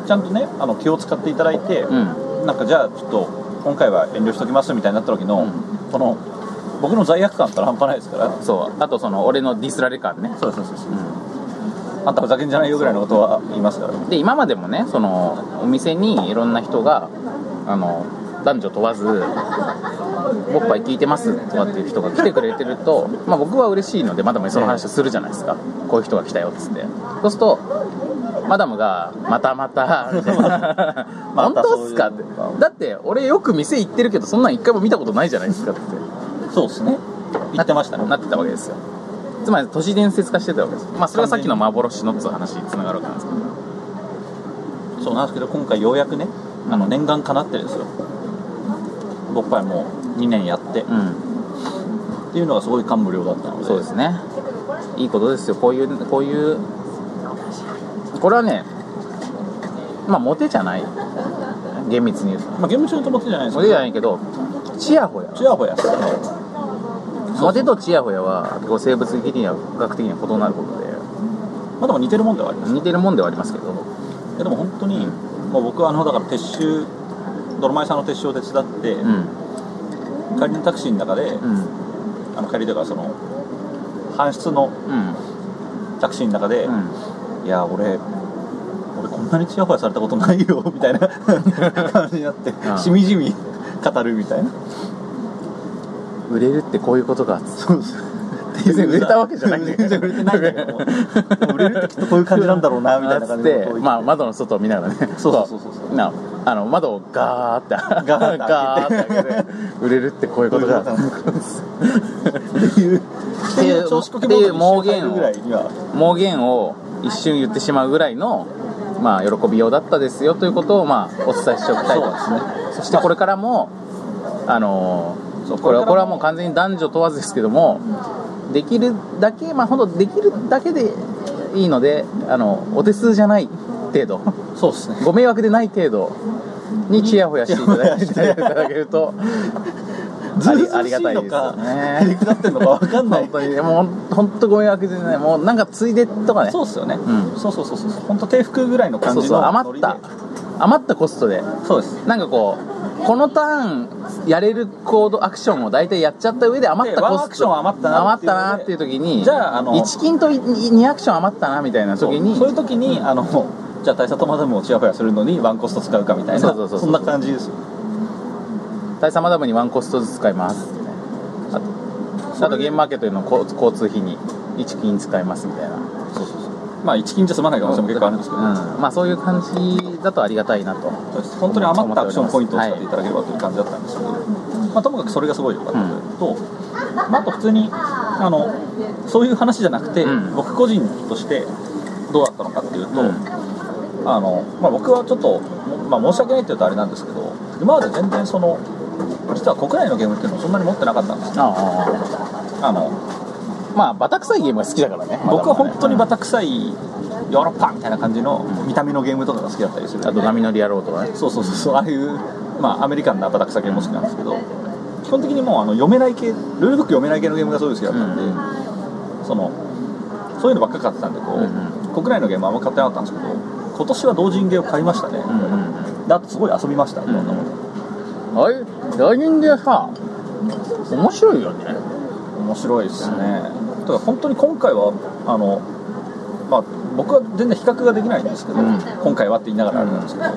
Speaker 3: ちゃんとねあの気を使っていただいて、
Speaker 2: うん
Speaker 3: なんかじゃあちょっと今回は遠慮しときますみたいになった時の、この僕の罪悪感ったら半端ないですから
Speaker 2: そうあとその俺のディスられ感ね
Speaker 3: そうそうそうそう、あんたふざけんじゃないよぐらいのことは言いますから
Speaker 2: で今までもねそのお店にいろんな人があの男女問わず「おっぱい聞いてます」とかっていう人が来てくれてると、まあ、僕は嬉しいのでマダムにその話をするじゃないですか、こういう人が来たよっつってそうするとマダムが「また また」みたいな「
Speaker 3: ま
Speaker 2: 本
Speaker 3: た
Speaker 2: 当
Speaker 3: そう
Speaker 2: っ
Speaker 3: いう
Speaker 2: すか?」って「だって俺よく店行ってるけどそんなん一回も見たことないじゃないですか」って
Speaker 3: そうですね言ってましたね
Speaker 2: なってたわけですよつまり都市伝説化してたわけですまあそれがさっきの幻のっつう話につながるわけなんですけど
Speaker 3: そうなんですけど今回ようやくねあの念願かなってですよ僕はもう2年やって、っ
Speaker 2: うん
Speaker 3: ていうのがすごい感無量だったので
Speaker 2: そうですねいいことですよこういうこういうこれはねまあモテじゃない厳密に言うと
Speaker 3: まあゲーム中と思ってじゃないです
Speaker 2: モ
Speaker 3: か
Speaker 2: テじゃないけどチヤホヤ
Speaker 3: ちやほやして
Speaker 2: モテとチヤホヤは結構生物的には学的には異なることで
Speaker 3: まあでも似てるもんではあります
Speaker 2: 似てるもんではありますけど
Speaker 3: いやでも本当に、もう僕はあのだから撤収泥前さんの撤収を手伝って、
Speaker 2: うん
Speaker 3: 帰りのタクシーの中で、
Speaker 2: うん
Speaker 3: あの帰りというかその搬出の
Speaker 2: うん
Speaker 3: タクシーの中で、
Speaker 2: うん
Speaker 3: いや俺俺こんなにチヤホヤされたことないよ みたいな感じになって
Speaker 2: ん
Speaker 3: しみじみ語るみたいな
Speaker 2: 売れるってこういうことかそう全然売れたわけじゃないんだけど
Speaker 3: 全然売れてないんだけどもでも売れるってきっとこういう感じなんだろうなみたいな感じ
Speaker 2: あ
Speaker 3: で
Speaker 2: つって
Speaker 3: こう
Speaker 2: まあ、窓の外を見ながらね
Speaker 3: そうそうそうそうそう
Speaker 2: なあの窓をガーって
Speaker 3: ガーッて開けて
Speaker 2: ガーッて開けて売れるってこういうことだ
Speaker 3: こういうっていうっていう調子こけ
Speaker 2: っていう盲言を
Speaker 3: 一瞬入るぐらいには
Speaker 2: 盲言を一瞬言ってしまうぐらいのまあ喜びようだったですよということをまあお伝えしておきたいと
Speaker 3: そうですね
Speaker 2: そしてこれからもあのー
Speaker 3: そう
Speaker 2: これはこ
Speaker 3: こ
Speaker 2: れ
Speaker 3: れからも
Speaker 2: はもう完全に男女問わずですけどもできるだけまあ本当できるだけでいいのであのお手数じゃない程度
Speaker 3: そうですね
Speaker 2: ご迷惑でない程度にチヤホヤしていただけ
Speaker 3: チヤホヤして
Speaker 2: いただけると
Speaker 3: ず
Speaker 2: あ
Speaker 3: うず
Speaker 2: り
Speaker 3: うしいのか
Speaker 2: ありがたいですよ
Speaker 3: へり
Speaker 2: ね
Speaker 3: くだってんのかわかんない
Speaker 2: 本 当にもう本当ご迷惑でないもうなんかついでとかね
Speaker 3: そうっすよね、
Speaker 2: う
Speaker 3: そうそうそうそう本当定服ぐらいの感じ
Speaker 2: そ
Speaker 3: の
Speaker 2: うそう
Speaker 3: ノ
Speaker 2: 余っ
Speaker 3: リで
Speaker 2: た余ったコストで
Speaker 3: そうです
Speaker 2: なんかこうこのターンやれる行動アクションを大体やっちゃった上で余った
Speaker 3: で
Speaker 2: コスト
Speaker 3: ワンアクション余ったなって
Speaker 2: 余っ
Speaker 3: いうので
Speaker 2: たなっていう時に
Speaker 3: じゃああの
Speaker 2: 1金と2アクション余ったなみたいな
Speaker 3: そう
Speaker 2: 時に
Speaker 3: そういう時に、あのじゃあ大佐とマダムをチヤホヤするのにワンコスト使うかみたいな
Speaker 2: そうそうそうそうん
Speaker 3: な感じですよ
Speaker 2: 大佐マダムにワンコストずつ使いますあとあとゲームマーケットへの交交通費に1金使いますみたいな
Speaker 3: そうそうそうまあ一金じゃ済まない可能性も結構あるんですけ
Speaker 2: う
Speaker 3: ど、
Speaker 2: んまあ、そういう感じだとありがたいなと
Speaker 3: そうです本当に余ったアクションポイントを使っていただければという感じだったんですけど、まあ、ともかくそれがすごい良かったのと、まあ、あと普通にあのそういう話じゃなくて、
Speaker 2: うん
Speaker 3: 僕個人としてどうだったのかっていうと、
Speaker 2: うん
Speaker 3: あのまあ、僕はちょっと、まあ、申し訳ないって言うとあれなんですけど今まで全然その実は国内のゲームっていうのをそんなに持ってなかったんですよ
Speaker 2: あ
Speaker 3: あの
Speaker 2: あまあバタ臭いゲームが好きだからね
Speaker 3: 僕は本当に
Speaker 2: ま
Speaker 3: バ
Speaker 2: だ
Speaker 3: タ臭いヨーロッパみたいな感じの見た目のゲームとかが好きだったりするん
Speaker 2: ま
Speaker 3: で
Speaker 2: だねあと波乗り野郎とかね
Speaker 3: そうそうそうそうああいう、まあ、アメリカンなバタクサ系も好きなんですけど基本的にもうあの読めない系ルールブック読めない系のゲームがすごい好きだったんで、
Speaker 2: うん
Speaker 3: そのそういうのばっか買ってたんでこう、
Speaker 2: うん
Speaker 3: 国内のゲームあんま買ってなかったんですけど今年は同人ゲーを買いましたね、
Speaker 2: うんうん
Speaker 3: であとすごい遊びましたいろんなもの
Speaker 2: あれ来年でさ面白いよね
Speaker 3: 面白いですね、だから本当に今回はあのまあ僕は全然比較ができないんですけど、
Speaker 2: うん
Speaker 3: 今回はって言いながらあれなんですけど、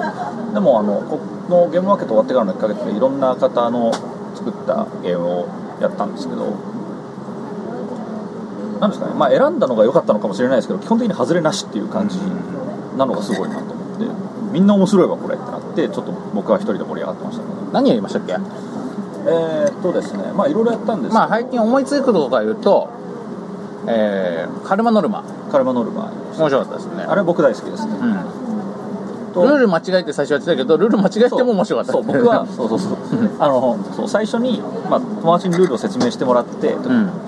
Speaker 3: でもあのこのゲームマーケット終わってからの1ヶ月でいろんな方の作ったゲームをやったんですけどなんですかね、まあ、選んだのが良かったのかもしれないですけど基本的に外れなしっていう感じなのがすごいなと思ってみんな面白いわこれってなってちょっと僕は一人で盛り上がってましたけど
Speaker 2: 何やりましたっけ
Speaker 3: えー、っとですねまあいろいろやったんですけど、
Speaker 2: まあ最近思いつくことから言うとえー、カルマノルマ
Speaker 3: カルマノルマ
Speaker 2: 面白かったですね
Speaker 3: あれ僕大好きですね
Speaker 2: うん
Speaker 3: と
Speaker 2: ルール間違えて最初やってたけどルール間違えても面白かった
Speaker 3: そうそう僕はそうそうそうあのそう最初に、まあ、友達にルールを説明してもらって、
Speaker 2: うん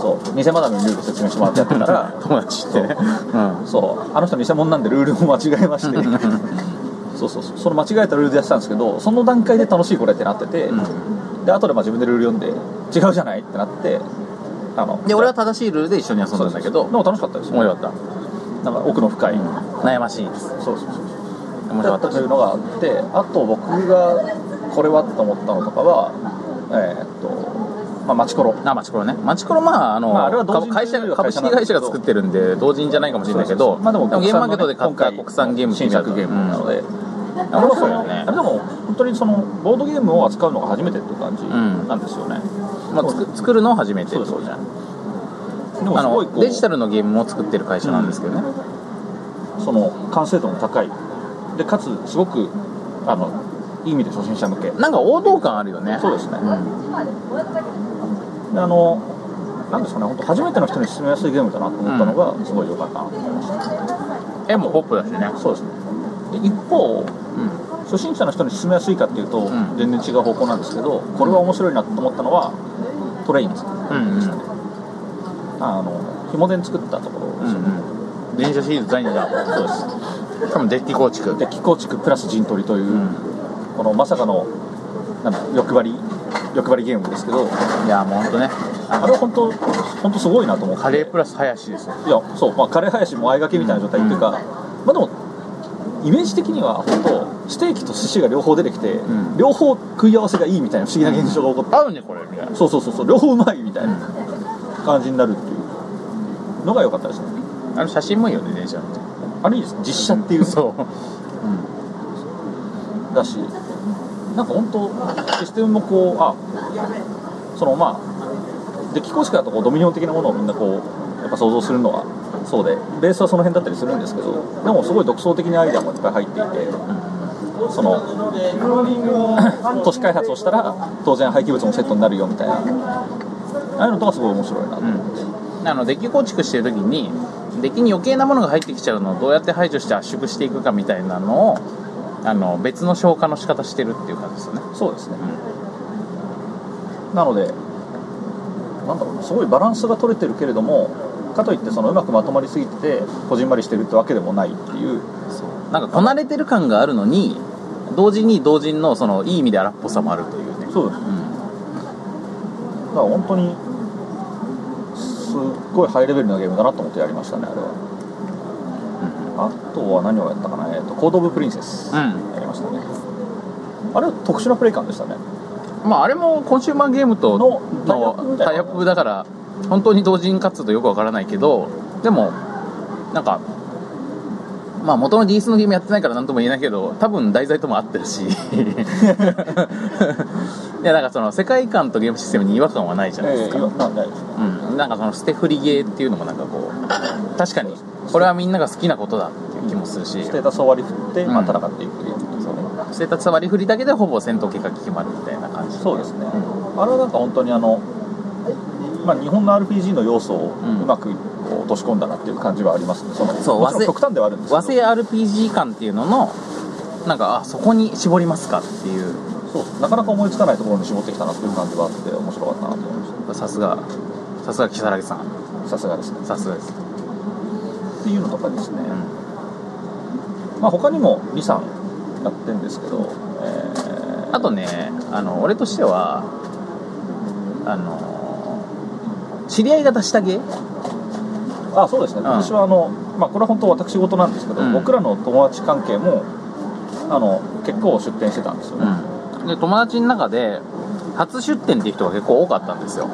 Speaker 3: そう偽マダムにルールを説明してもらってやってたら
Speaker 2: 友達ってねうん
Speaker 3: そうあの人偽物なんでルールを間違えましてそうそうそうその間違えたルールでやってたんですけどその段階で楽しいこれってなってて、で後でまあ自分でルール読んで違うじゃないってなってあの
Speaker 2: で俺は正しいルールで一緒に遊ん
Speaker 3: そう
Speaker 2: だ
Speaker 3: なんんだ
Speaker 2: だ
Speaker 3: け
Speaker 2: け
Speaker 3: どで
Speaker 2: ど
Speaker 3: も楽しかったです
Speaker 2: 面
Speaker 3: よ
Speaker 2: 白かっ
Speaker 3: なんか奥の深い、
Speaker 2: た悩ましいです
Speaker 3: そうそうそう
Speaker 2: 面
Speaker 3: だ
Speaker 2: 白か
Speaker 3: った
Speaker 2: っ
Speaker 3: というのがあってあと僕がこれはと思ったのとかはえーっとまあ町コロ
Speaker 2: たあマチコロねマチコロまああの、
Speaker 3: まああれは同人
Speaker 2: 会社
Speaker 3: というよりは
Speaker 2: 株式会社が作ってるんで同人じゃないかもしれないけど
Speaker 3: まあでも
Speaker 2: ゲームマーケットで買った
Speaker 3: 国産
Speaker 2: 国産
Speaker 3: のね
Speaker 2: ゲームってい
Speaker 3: 新
Speaker 2: うやつ
Speaker 3: 作ゲームなので、
Speaker 2: うん面白いよね
Speaker 3: あれでも本当にそのボードゲームを扱うのが初めてっていう感じ
Speaker 2: ん
Speaker 3: なんですよね、
Speaker 2: まあ、つく作るのを初めて
Speaker 3: そうですそうですでも
Speaker 2: あ
Speaker 3: すごい
Speaker 2: の
Speaker 3: こう
Speaker 2: デジタルのゲームを作ってる会社なんですけどね、
Speaker 3: その完成度の高いでかつすごくあのいい意味で初心者向け
Speaker 2: なんか王道感あるよね
Speaker 3: そうですね
Speaker 2: ん
Speaker 3: であのなんですかね本当初めての人に勧めやすいゲームだなと思ったのがすごい良かったなと思いました、
Speaker 2: 絵もポップだしね
Speaker 3: そうですねで一方
Speaker 2: う
Speaker 3: 初心者の人に勧めやすいかっていうと、
Speaker 2: ん
Speaker 3: 全然違う方向なんですけどこれは面白いなと思ったのはトレインですね
Speaker 2: んうんうん
Speaker 3: あの紐で作ったところですよね、
Speaker 2: うんうん電車シリーズ第2弾
Speaker 3: そうで
Speaker 2: し
Speaker 3: す
Speaker 2: かもデッキ構築
Speaker 3: で気構築プラス陣取りという、このまさかのなんだ欲張り欲張りゲームですけど
Speaker 2: いやもうほんとね
Speaker 3: あれは本当本当すごいなと思って
Speaker 2: カレープラス林ですよ
Speaker 3: いやそうまあカレー林も相掛けみたいな状態っていうか、まあでもイメージ的には本当ステーキと寿司が両方出てきて、
Speaker 2: ん
Speaker 3: 両方食い合わせがいいみたいな不思議な現象が起こって、
Speaker 2: 合うねこれみたいな
Speaker 3: そうそうそうそう両方うまいみたいな感じになるっていうのが良かったですね
Speaker 2: あの写真もいいよね電車の
Speaker 3: あれいいですね実写っていう
Speaker 2: そう
Speaker 3: だしなんか本当システムもこうあそのまあで気候しかとこうドミニオン的なものをみんなこうやっぱ想像するのはそうでベースはその辺だったりするんですけどでもすごい独創的なアイデアもいっぱい入っていて、その都市開発をしたら当然廃棄物もセットになるよみたいなああいうのとかすごい面白いなと、
Speaker 2: あのデッキ構築してる時にデッキに余計なものが入ってきちゃうのをどうやって排除して圧縮していくかみたいなのをあの別の消化の仕方してるっていう感じですよね
Speaker 3: そうですね、なのでなんだろうなすごいバランスが取れてるけれどもかといってそのうまくまとまりすぎててこじんまりしてるってわけでもないっていう
Speaker 2: なんかこなれてる感があるのに同時に同人のそのいい意味で荒っぽさもあるというね
Speaker 3: そうです
Speaker 2: うん
Speaker 3: だから本当にすっごいハイレベルなゲームだなと思ってやりましたねあれはあとは何をやったかなえっとコード・オブ・プリンセスや
Speaker 2: う
Speaker 3: りましたねあれは特殊なプレイ感でしたね
Speaker 2: んまああれもコンシューマーゲームと
Speaker 3: の
Speaker 2: の
Speaker 3: タ
Speaker 2: タ
Speaker 3: イ
Speaker 2: イ
Speaker 3: ア
Speaker 2: ア
Speaker 3: ッ
Speaker 2: ッ
Speaker 3: プ
Speaker 2: プだから本当に同人活動よくわからないけどでもなんかまあ元の DS のゲームやってないから何とも言えないけど多分題材とも合ってるし いやなんかその世界観とゲームシステムに違和感はないじゃないですか、
Speaker 3: ええまあないですね
Speaker 2: うん、なんかその捨て振りゲーっていうのもなんかこう確かにこれはみんなが好きなことだっていう気もするし、
Speaker 3: ステータスを割り振って、まあ、
Speaker 2: うん
Speaker 3: 戦っていくゲームですよね、
Speaker 2: 捨てたつ割り振りだけでほぼ戦闘結果決まるみたいな感じ
Speaker 3: そうですね、
Speaker 2: ん
Speaker 3: あれはなんか本当にあの、まあ、日本の RPG の要素を
Speaker 2: ん
Speaker 3: うまくこう落とし込んだなっていう感じはありますね、その
Speaker 2: そう
Speaker 3: も
Speaker 2: 和製
Speaker 3: ちろん極端ではあるんですけど
Speaker 2: 和製 RPG 感っていうののなんかあそこに絞りますかっていう
Speaker 3: そうなかなか思いつかないところに絞ってきたなっていう感じはあって、面白かったなと思いまし
Speaker 2: さすがさすが如月さん
Speaker 3: た、さすがですね。
Speaker 2: さすがです、
Speaker 3: っていうのとかですね、
Speaker 2: うん、
Speaker 3: まあ、他にも2、3やってるんですけど、えー
Speaker 2: あとねあの俺としてはあの知り合いが出したゲー
Speaker 3: あそうですね、
Speaker 2: うん
Speaker 3: 今年はあの、まあ、これは本当、私事なんですけど、
Speaker 2: うん
Speaker 3: 僕らの友達関係もあの結構出店してたんですよね。
Speaker 2: うん、で友達の中で初出店っていう人が結構多かったんですよ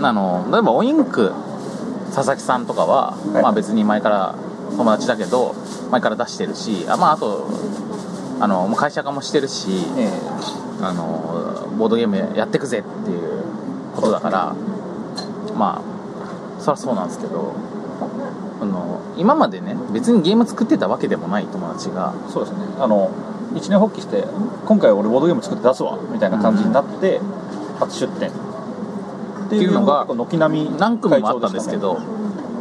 Speaker 2: あの例えばオインク佐々木さんとかは、
Speaker 3: はい
Speaker 2: まあ、別に前から友達だけど前から出してるしあ,、まあ、あとあのもう会社化もしてるし、
Speaker 3: え
Speaker 2: あのボードゲームやってくぜっていうことだからまあそりゃそうなんですけどあの今までね別にゲーム作ってたわけでもない友達が
Speaker 3: ーそうですねあの一年発起して今回俺ボードゲーム作って出すわみたいな感じになって、初出店っていうのが
Speaker 2: っていうのが
Speaker 3: 結構軒並み
Speaker 2: 何組もあったんですけど、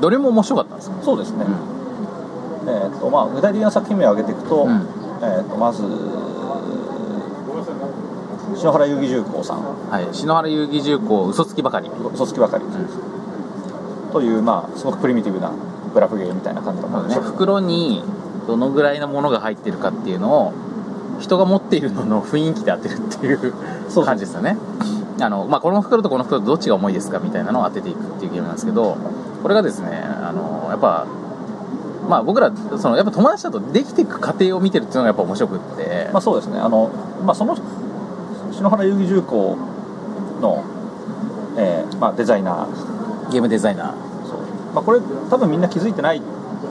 Speaker 2: どれも面白かったんですよ、
Speaker 3: 会長でしたねそうで
Speaker 2: う
Speaker 3: すね、えーとまあ、具体的な作品名を挙げていくと,、
Speaker 2: うん
Speaker 3: えー、とまず篠原遊戯重工さん
Speaker 2: んはい、篠原遊戯重工嘘つきばかり、
Speaker 3: 嘘つきばかり、というまあすごくプリミティブなブラフゲーみたいな感じだったんで
Speaker 2: ね、
Speaker 3: すよ
Speaker 2: 袋にどのぐらいのものが入ってるかっていうのを人が持っているのの雰囲気で当てるっていう
Speaker 3: そう
Speaker 2: 感じですよねあの、まあ、この袋とこの袋とどっちが重いですかみたいなのを当てていくっていうゲームなんですけどこれがですねあのやっぱまあ僕らそのやっぱ友達だとできていく過程を見てるっていうのがやっぱ面白くって、
Speaker 3: まあそうですねあの、まあ、その篠原遊戯重工の、えーまあ、デザイナー
Speaker 2: ゲームデザイナー
Speaker 3: そう、まあ、これ多分みんな気づいてない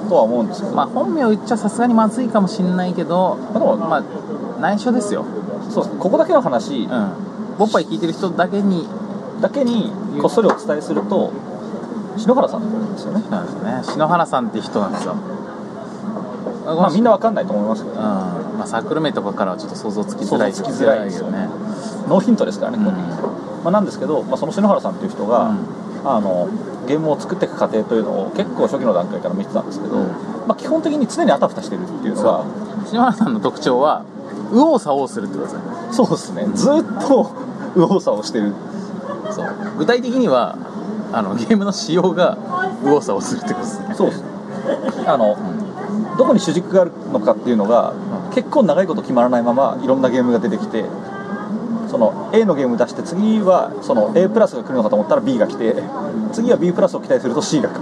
Speaker 3: とは思うんですけど、
Speaker 2: まあ本名言っちゃさすがにまずいかもしれないけどでもまあ内緒ですよ
Speaker 3: そうですねここだけの
Speaker 2: う
Speaker 3: 話
Speaker 2: ん、ボッパイ聞いてる人だけに
Speaker 3: だけにこっそりお伝えすると篠原さんなんですよね、
Speaker 2: なんですよね篠原さんって人なんですよ
Speaker 3: ま
Speaker 2: ま
Speaker 3: あ、みんなわかんないと思いますけ
Speaker 2: うん
Speaker 3: ど
Speaker 2: まあ、サークル名とかからはちょっと想像つきづらい
Speaker 3: 想像つきづらいです
Speaker 2: けど
Speaker 3: よ
Speaker 2: ね
Speaker 3: ねノーヒントですからね、
Speaker 2: うん
Speaker 3: これまあ、なんですけど、まあ、その篠原さんっていう人が、あのゲームを作っていく過程というのを結構初期の段階から見てたんですけど、
Speaker 2: うん
Speaker 3: まあ、基本的に常にあたふたしてるっていうのが
Speaker 2: 篠原さんの特徴は右往左往するってことですね
Speaker 3: そうですねずーっと 右往左往してる
Speaker 2: そう具体的にはあのゲームの仕様が右往左往するってことですね
Speaker 3: そうですねあの、どこに主軸があるのかっていうのが、結構長いこと決まらないままいろんなゲームが出てきてその A のゲーム出して次はその A プラスが来るのかと思ったら B が来て次は B プラスを期待すると C が来る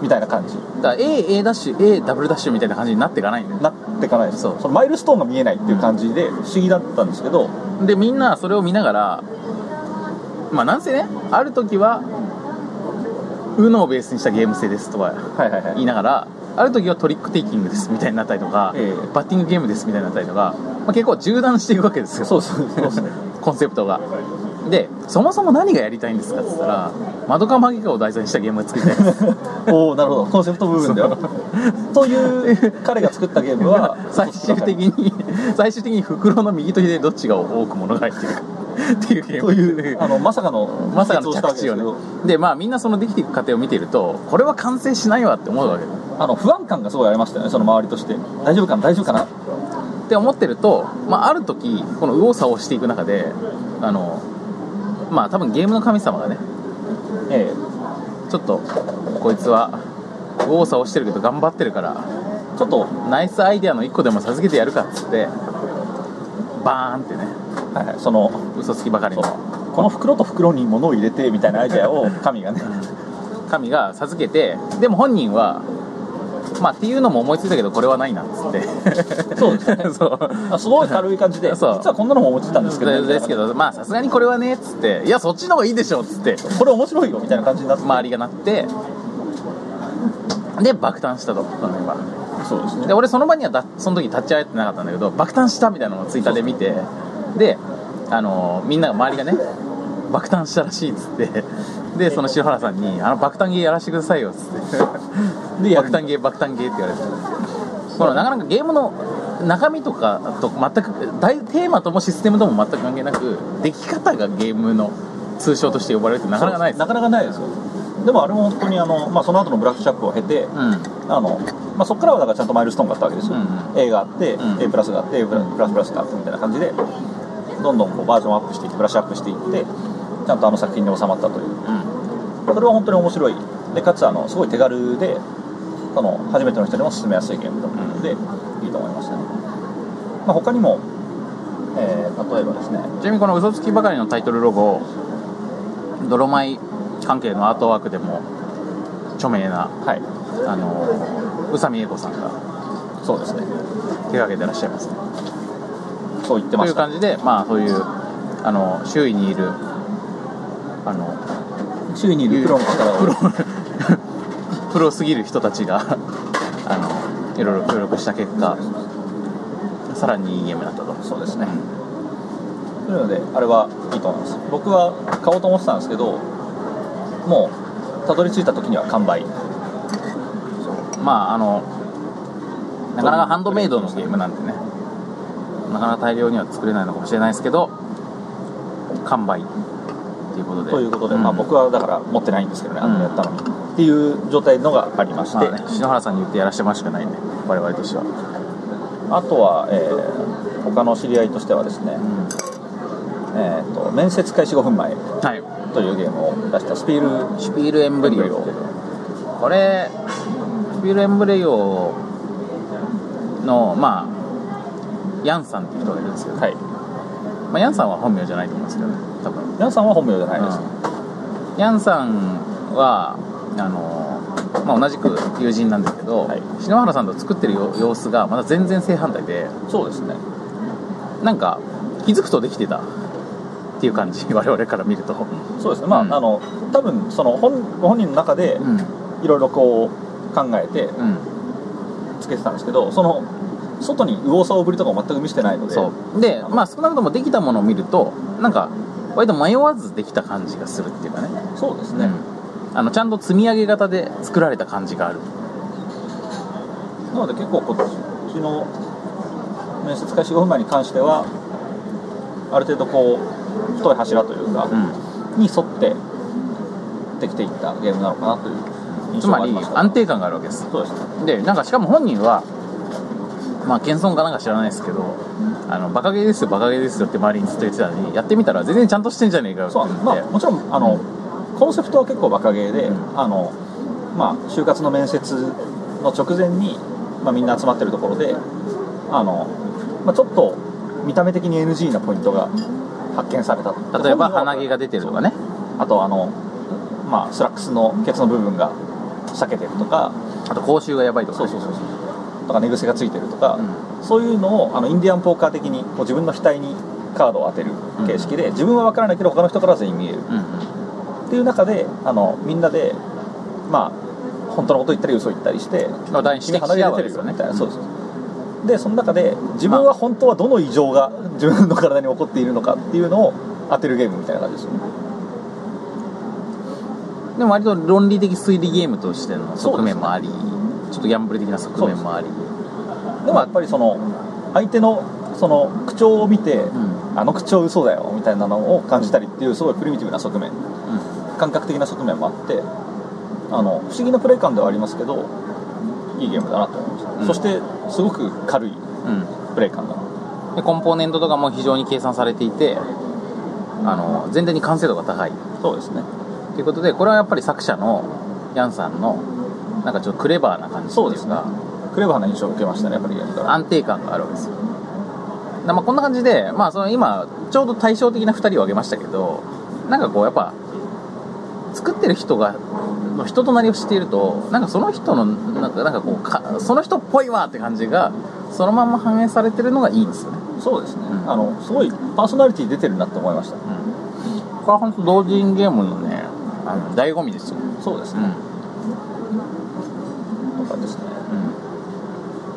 Speaker 3: みたいな感じ
Speaker 2: だから AA ダッシュ A ダブルダッシュみたいな感じになっていかないんだよね
Speaker 3: なっていかないです
Speaker 2: そう
Speaker 3: そのマイルストーンが見えないっていう感じで不思議だったんです けど、
Speaker 2: でみんなそれを見ながらまあなんせねある時は UNO をベースにしたゲーム性ですとか
Speaker 3: はいはいはい
Speaker 2: 言いながらある時はトリックテイキングですみたいになったりとか、
Speaker 3: ええ
Speaker 2: バッティングゲームですみたいになったりとか、まあ、結構縦断していくわけですよ
Speaker 3: そうそうそうですね
Speaker 2: コンセプトがでそもそも何がやりたいんですかって言ったら「マドカマギカ」を題材にしたゲームを作りたいです
Speaker 3: おおなるほどコンセプト部分ではという彼が作ったゲーム は
Speaker 2: 最終的に最終的に袋の右と左でどっちが多く物が入ってるかっていうゲーム
Speaker 3: というあのまさかの
Speaker 2: まさかの
Speaker 3: 決断
Speaker 2: 着
Speaker 3: を
Speaker 2: 地
Speaker 3: した
Speaker 2: よ
Speaker 3: わけですけど
Speaker 2: ねでまあみんなそのできていく過程を見ているとこれは完成しないわって思うわけ
Speaker 3: あの不安感がすごいありましたよねその周りとして大丈夫かな大丈夫かな
Speaker 2: って思ってると、まあ、ある時この右往左往していく中であのまあ多分ゲームの神様がね
Speaker 3: ええ
Speaker 2: ちょっとこいつは右往左往してるけど頑張ってるから
Speaker 3: ちょっと、は
Speaker 2: ナイスアイデアの1個でも授けてやるかっつってバーンってね
Speaker 3: いはい、その
Speaker 2: 嘘つきばかり
Speaker 3: そう
Speaker 2: の
Speaker 3: この袋と袋に物を入れてみたいなアイデアを神がね
Speaker 2: 神が授けてでも本人はまあっていうのも思いついたけどこれはないなっつって
Speaker 3: そうですね
Speaker 2: そう
Speaker 3: あすごい軽い感じで実
Speaker 2: そう
Speaker 3: はこんなのも思ってたんですけどね、
Speaker 2: ですけどまあさすがにこれはねっつっていやそっちの方がいいでしょっつって
Speaker 3: これ面白いよみたいな感じになって、
Speaker 2: 周りがなってで爆誕したとこのメンバー
Speaker 3: そうです
Speaker 2: で俺その場にはだその時立ち会えてなかったんだけど爆誕したみたいなのをツイッターで見てであのーみんなが周りがね爆誕したらしいっつってでその篠原さんに「あの爆誕芸やらせてくださいよ」っつ ってで
Speaker 3: やる
Speaker 2: 爆誕芸爆誕芸って言われてこのなかなかゲームの中身とかと全く大テーマともシステムとも全く関係なく出来方がゲームの通称として呼ばれるってなかなかないです
Speaker 3: なかなかないですよでもあれも本当にあの、まあ、その後のブラックシャックを経て、
Speaker 2: うん
Speaker 3: あのまあ、そこからはだからちゃんとマイルストーンがあったわけですよ、
Speaker 2: うんう
Speaker 3: A があって、
Speaker 2: うん
Speaker 3: A プラスがあって A プラプラスプラスがあってみたいな感じでどんどんこうバージョンアップしていってブラッシュアップしていってちゃんとあの作品に収まったとい
Speaker 2: う
Speaker 3: う
Speaker 2: ん
Speaker 3: それは本当に面白いでかつあのすごい手軽でその初めての人にも進めやすいゲームと思うので、いいと思いましたね、まあ、他にも、えー例えばですね
Speaker 2: ちなみにこの「嘘つきばかり」のタイトルロゴ泥米関係のアートワークでも著名な
Speaker 3: はい
Speaker 2: あの宇佐美恵子さんが
Speaker 3: そうですね
Speaker 2: 手がけてらっしゃいますね
Speaker 3: そう言って
Speaker 2: と
Speaker 3: ま
Speaker 2: い
Speaker 3: し
Speaker 2: う
Speaker 3: た
Speaker 2: 感じでまあそういうあの周囲にいるあの
Speaker 3: 周囲にいるプロの方
Speaker 2: プロ
Speaker 3: が
Speaker 2: プロすぎる人たちが あのいろいろ協力した結果さらにいいゲームだったと
Speaker 3: そうですねというのであれはいいと思います僕は買おうと思ってたんですけどもうたどり着いた時には完売
Speaker 2: まああのなかなかハンドメイドのゲームなんでねなかなか大量には作れないのかもしれないですけど完売っていうことで
Speaker 3: ということで、まあ、僕
Speaker 2: は
Speaker 3: はだから持ってないんですけどね、あ
Speaker 2: うん
Speaker 3: のやったのにっていう状態のがありまして、
Speaker 2: まあね、篠原さんに言ってやらしてもらうしかないんで我々としては、
Speaker 3: あとは、えー他の知り合いとしてはですね、えー、と面接開始5分前
Speaker 2: はい
Speaker 3: というゲームを出したスピール
Speaker 2: シュピールエンブリオこれシュピールエンブリオのまあヤンさんっていう人がいるんですけど、
Speaker 3: はい
Speaker 2: まあ、ヤンさんは本名じゃないと思うんですけどね多分
Speaker 3: 皆さんは本名じゃないです、
Speaker 2: うんヤンさんはあの、まあ、同じく友人なんですけど、
Speaker 3: はい
Speaker 2: 篠原さんと作ってるよ様子がまだ全然正反対で
Speaker 3: そうですね
Speaker 2: なんか気づくとできてたっていう感じ 我々から見ると、
Speaker 3: そうですねまあ,、
Speaker 2: うん
Speaker 3: あの多分その本本人の中で
Speaker 2: うん
Speaker 3: いろいろこう考えて
Speaker 2: うん、
Speaker 3: つけてたんですけどその外に右往左往ぶりとかを全く見せてないので
Speaker 2: そうでまあ少なくともできたものを見るとなんか割と迷わずできた感じがするっていうかね
Speaker 3: そうですね、
Speaker 2: うんあのちゃんと積み上げ型で作られた感じがある
Speaker 3: なので結構こっちの面接開始5分前に関してはある程度こう太い柱というか、
Speaker 2: う
Speaker 3: に沿ってできていったゲームなのかなというん印
Speaker 2: つ
Speaker 3: 象
Speaker 2: ま
Speaker 3: があり
Speaker 2: り
Speaker 3: ました
Speaker 2: 安定感があるわけです
Speaker 3: そうですね
Speaker 2: でなんかしかも本人はまあ謙遜かなんか知らないですけどあのバカゲーですよバカゲーですよって周りにずっと言ってたのにやってみたら全然ちゃんとしてんじゃねえかよって
Speaker 3: そう
Speaker 2: 言
Speaker 3: なん
Speaker 2: っ
Speaker 3: で
Speaker 2: て
Speaker 3: すまあもちろんあの、コンセプトは結構バカゲーで、
Speaker 2: うん
Speaker 3: あのまあ就活の面接の直前に、まあ、みんな集まってるところであの、まあ、ちょっと見た目的に NG なポイントが発見された
Speaker 2: 例えば鼻毛が出てるとかね
Speaker 3: あとあの、まあ、スラックスのケツの部分が裂けてるとか
Speaker 2: あと口臭がやばいとか
Speaker 3: そう
Speaker 2: ね、
Speaker 3: そうそうそうとか寝癖がついてるとか、
Speaker 2: う
Speaker 3: そういうのをあのインディアンポーカー的にこう自分の額にカードを当てる形式で、自分は分からないけど他の人からは全員見え
Speaker 2: ん
Speaker 3: る
Speaker 2: うん
Speaker 3: っていう中であのみんなでまあ本当のこと言ったり嘘言ったりして
Speaker 2: うん、お互いに
Speaker 3: 君
Speaker 2: 指摘
Speaker 3: 離
Speaker 2: し
Speaker 3: れ
Speaker 2: 合
Speaker 3: 出
Speaker 2: うわ
Speaker 3: て
Speaker 2: けで
Speaker 3: る
Speaker 2: す
Speaker 3: よ
Speaker 2: よ
Speaker 3: ね
Speaker 2: ね
Speaker 3: みたいな、そうそうでその中で自分は本当はどの異常が自分の体に起こっているのかっていうのを当てるゲームみたいな感じですよね
Speaker 2: でも割と論理的推理ゲームとしての
Speaker 3: そう
Speaker 2: 側
Speaker 3: ですね
Speaker 2: 面もあり、ちょっとギャンブル的な側面もあり、う
Speaker 3: でもやっぱりその相手のその口調を見て、
Speaker 2: ん
Speaker 3: あの口調嘘だよみたいなのを感じたりっていうすごいプリミティブな側面感覚的な側面もあってあの不思議なプレイ感ではありますけどいいゲームだなと思いました、
Speaker 2: うん
Speaker 3: そしてすごく軽い
Speaker 2: うん
Speaker 3: プレイ感だな
Speaker 2: うん、でコンポーネントとかも非常に計算されていて、あの全体に完成度が高い
Speaker 3: そうですね
Speaker 2: ということで、これはやっぱり作者のヤンさんの、なんかちょっとクレバーな感じって
Speaker 3: そう
Speaker 2: い
Speaker 3: です
Speaker 2: う
Speaker 3: ね
Speaker 2: か、
Speaker 3: クレバーな印象を受けましたねやっぱりゲームから
Speaker 2: 安定感があるわけですよ。なまあ、こんな感じで、まあ、その今、ちょうど対照的な2人を挙げましたけど、なんかこう、やっぱ、作ってる人が、の人となりをしていると、なんかその人の、なんかなんかこうか、その人っぽいわって感じが、そのまんま反映されてるのがいいんですよね。
Speaker 3: そうですね、
Speaker 2: うん
Speaker 3: あのすごいパーソナリティ出てるなって思いました
Speaker 2: これは本当同人ゲームのね、あの醍醐味ですよ。
Speaker 3: そうです
Speaker 2: う
Speaker 3: ね、
Speaker 2: ん。
Speaker 3: とかですね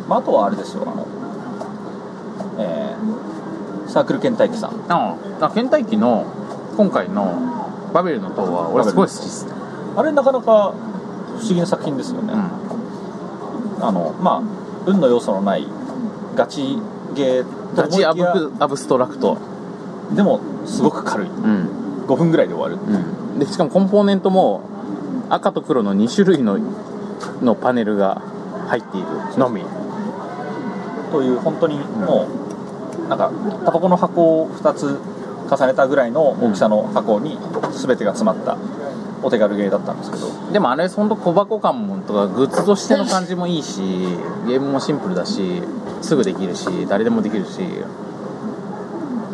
Speaker 2: う
Speaker 3: まあ、あとはあれですよあの、えーサークル倦怠期さん
Speaker 2: ああ倦怠期の今回の「バベルの塔」は俺すごい好きっすね、
Speaker 3: あれなかなか不思議な作品ですよね、
Speaker 2: うん、
Speaker 3: あのまあ運の要素のないガチゲー
Speaker 2: ガ
Speaker 3: と思いき
Speaker 2: チ
Speaker 3: や
Speaker 2: アブアブストラクト
Speaker 3: でもすごく軽い
Speaker 2: うん、
Speaker 3: 5分ぐらいで終わる
Speaker 2: うん、でしかもコンポーネントも赤と黒の2種類ののパネルが入っているのみ
Speaker 3: という本当にもう、なんかタバコの箱を2つ重ねたぐらいの大きさの箱に全てが詰まったお手軽ゲーだったんですけど
Speaker 2: でもあれほんと小箱感もとかグッズとしての感じもいいしゲームもシンプルだしすぐできるし誰でもできるし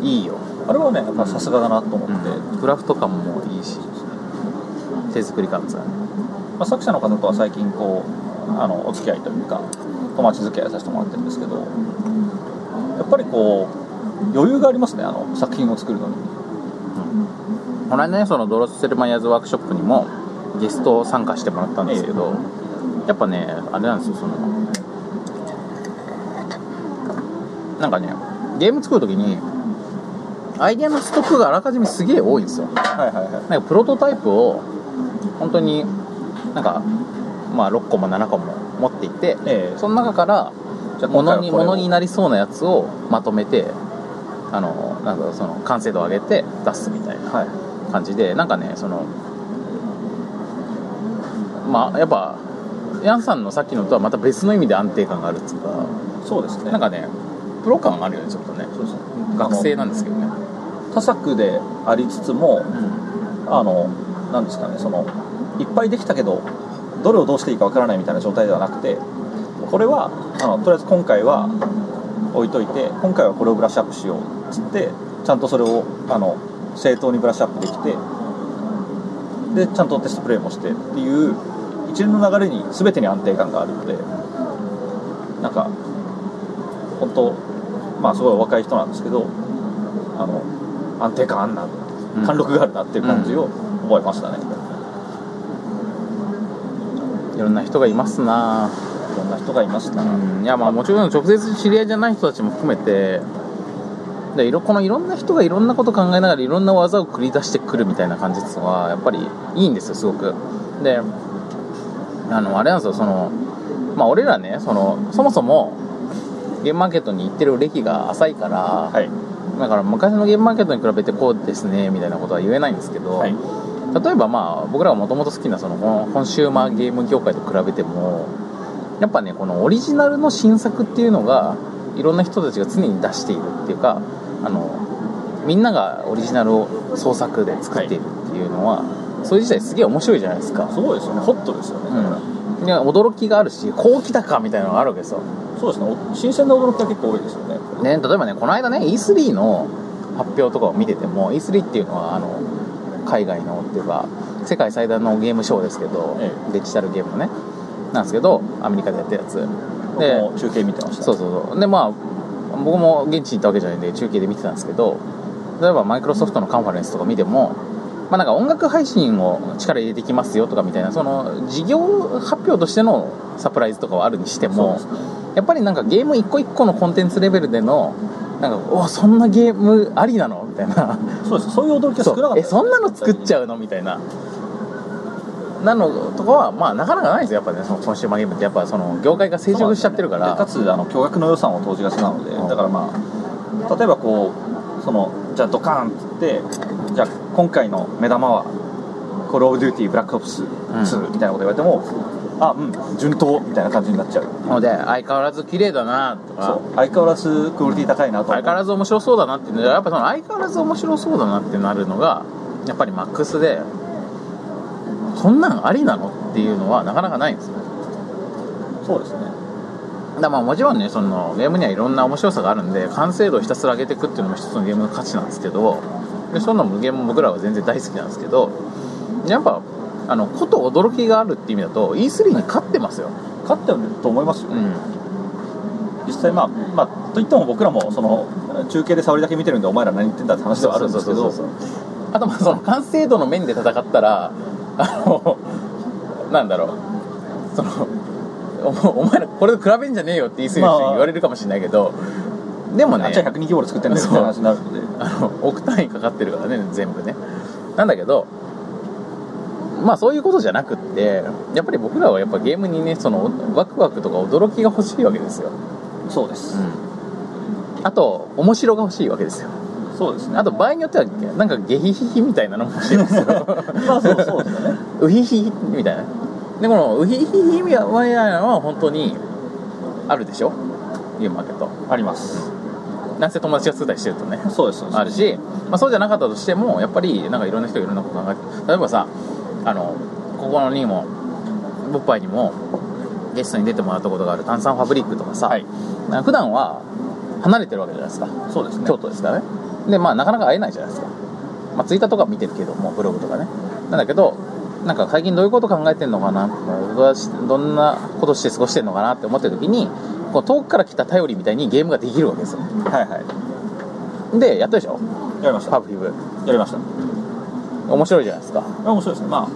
Speaker 2: いいよ、
Speaker 3: あれはねやっぱさすがだなと思って、
Speaker 2: うん、クラフト感もいいし手作り感ですよね
Speaker 3: まあ、作者の方とは最近こうあのお付き合いというか友達付き合いさせてもらってるんですけどやっぱりこう余裕がありますねあの作品を作るのに
Speaker 2: この間ねそのドロッセルマイヤーズワークショップにもゲスト参加してもらったんですけど、やっぱねあれなんですよそのなんかねゲーム作る時にアイデアのストックがあらかじめすげえ多いんですよ
Speaker 3: はいはいはい
Speaker 2: なんかプロトタイプを本当になんかまあ6個も7個も持っていて
Speaker 3: ええ
Speaker 2: その中から
Speaker 3: じゃあ
Speaker 2: も
Speaker 3: 今回
Speaker 2: の
Speaker 3: は
Speaker 2: に
Speaker 3: これを
Speaker 2: ものになりそうなやつをまとめてあのなんかその完成度を上げて出すみたいな
Speaker 3: はい
Speaker 2: 感じでなんかねそのまあやっぱヤンさんのさっきのとはまた別の意味で安定感があるっていうか
Speaker 3: そうですね
Speaker 2: なんかねプロ感があるよねちょっとね
Speaker 3: そうですね
Speaker 2: 学生なんですけどね
Speaker 3: あの多作でありつつも
Speaker 2: うん
Speaker 3: あのなんですかねそのいっぱいできたけどどれをどうしていいかわからないみたいな状態ではなくてこれはあのとりあえず今回は置いといて今回はこれをブラッシュアップしようっつってちゃんとそれをあの正当にブラッシュアップできてでちゃんとテストプレイもしてっていう一連の流れに全てに安定感があるのでなんか本当まあすごいお若い人なんですけどあの安定感あんな
Speaker 2: うん
Speaker 3: 貫禄があるなっていう感じを覚えましたね、
Speaker 2: いろんな人がいますなぁ
Speaker 3: いろんな人がいました、
Speaker 2: うんいやまあもちろん直接知り合いじゃない人たちも含めてでいろこのいろんな人がいろんなこと考えながらいろんな技を繰り出してくるみたいな感じっていうのはやっぱりいいんですよすごくであのあれなんですよそのまあ俺らねそのそもそもゲームマーケットに行ってる歴が浅いから、
Speaker 3: はい
Speaker 2: だから昔のゲームマーケットに比べてこうですねみたいなことは言えないんですけど、
Speaker 3: はい
Speaker 2: 例えばまあ僕らがもともと好きなそのコンコンシューマーゲーム業界と比べてもやっぱねこのオリジナルの新作っていうのがいろんな人たちが常に出しているっていうかあのみんながオリジナルを創作で作っているっていうのは、それ自体すげえ面白いじゃないですか、
Speaker 3: すごいですよねホットですよね、だから
Speaker 2: うん、いや驚きがあるしこう来たかみたいなのがあるわけですよ
Speaker 3: そうですねお新鮮な驚きが結構多いですよね
Speaker 2: ね、例えばねこの間ね E3 の発表とかを見てても E3 っていうのはあの海外のっていうか世界最大のゲームショーですけど、
Speaker 3: え
Speaker 2: デジタルゲームのねなんですけどアメリカでやってるやつ
Speaker 3: 僕
Speaker 2: で
Speaker 3: も中継見てました
Speaker 2: そうそうそうでまあ僕も現地に行ったわけじゃないんで中継で見てたんですけど例えばマイクロソフトのカンファレンスとか見てもまあなんか音楽配信を力入れてきますよとかみたいなその事業発表としてのサプライズとかはあるにして
Speaker 3: そう
Speaker 2: も
Speaker 3: ですね
Speaker 2: やっぱりなんかゲーム一個一個のコンテンツレベルでのなんかおそんなゲームありなのみたいな
Speaker 3: そうですそういう驚きが少なかっ
Speaker 2: そう
Speaker 3: た
Speaker 2: えそんなの作っちゃ
Speaker 3: う
Speaker 2: うのみたいななのとかはまあなかなかないですよやっぱねそのコンシューマーゲームってやっぱその業界が成熟しちゃってるから
Speaker 3: かつあの巨額の予算を投じがちなので、
Speaker 2: うん
Speaker 3: だからまあ例えばこうそのじゃあドカーンって言ってじゃあ今回の目玉は「コール・オブ・デューティー・ブラック・オプス2」みたいなこと言われても、あうん順当みたいな感じになっちゃう
Speaker 2: なので相変わらず綺麗だなと
Speaker 3: そ
Speaker 2: か
Speaker 3: う相変わらずクオリティ高いなと
Speaker 2: 相
Speaker 3: 思う
Speaker 2: 変わらず面白そうだなっていうのでやっぱその相変わらず面白そうだなってなるのがやっぱりマックスでそんなんありなのっていうのはなかなかないんですよ
Speaker 3: そうですね
Speaker 2: だからまあもちろんねそのゲームにはいろんな面白さがあるんで完成度をひたすら上げていくっていうのも一つのゲームの価値なんですけどでそんなもゲームも僕らは全然大好きなんですけどやっぱあのこと驚きがあるって意味だと E3 に勝ってますよ、
Speaker 3: 勝ってると思いますよ、
Speaker 2: うん、
Speaker 3: 実際まあまあといっても僕らもその中継で触りだけ見てるんでお前ら何言ってんだって話ではあるんですけ
Speaker 2: そ
Speaker 3: ど
Speaker 2: うそうそうそうあとまあその完成度の面で戦ったらあのなんだろうそのおお前らこれと比べんじゃねえよって言い過ぎる人
Speaker 3: まあ
Speaker 2: 言われるかもしれないけど、でもね
Speaker 3: あっちは100人規模で作ってんだよみたいな話になるんで
Speaker 2: あの億単位かかってるからね全部ねなんだけどまあそういうことじゃなくってやっぱり僕らはやっぱゲームにねそのワクワクとか驚きが欲しいわけですよ、
Speaker 3: そうです、
Speaker 2: あと面白が欲しいわけですよ
Speaker 3: そうです
Speaker 2: あと場合によってはなんかゲヒヒヒみたいなのも欲しいですよ
Speaker 3: まあそうそうですよね
Speaker 2: ウヒヒヒみたいなでこのウヒヒヒみたいなのは本当にあるでしょゲームマーケット
Speaker 3: あります
Speaker 2: なんせ友達が作ったりしてるとね
Speaker 3: そうですそうです
Speaker 2: あるし、まあ、そうじゃなかったとしてもやっぱりなんかいろんな人がいろんなこと考えて例えばさあのここのにもボッパイにもゲストに出てもらったことがある炭酸ファブリックとかさ、
Speaker 3: はい
Speaker 2: なんか普段は離れてるわけじゃないですか
Speaker 3: そうですね
Speaker 2: 京都ですからねでまあなかなか会えないじゃないですか、まあ、ツイッターとか見てるけどもブログとかねなんだけどなんか最近どういうこと考えてんのかなどうやしどんなことして過ごしてんのかなって思ってる時にこう遠くから来た頼りみたいにゲームができるわけですよ
Speaker 3: はいは
Speaker 2: でやったでしょ
Speaker 3: いやりました
Speaker 2: パ
Speaker 3: や
Speaker 2: ブフィブ
Speaker 3: りました
Speaker 2: 面白いじゃないですか
Speaker 3: あ面白いですねまあ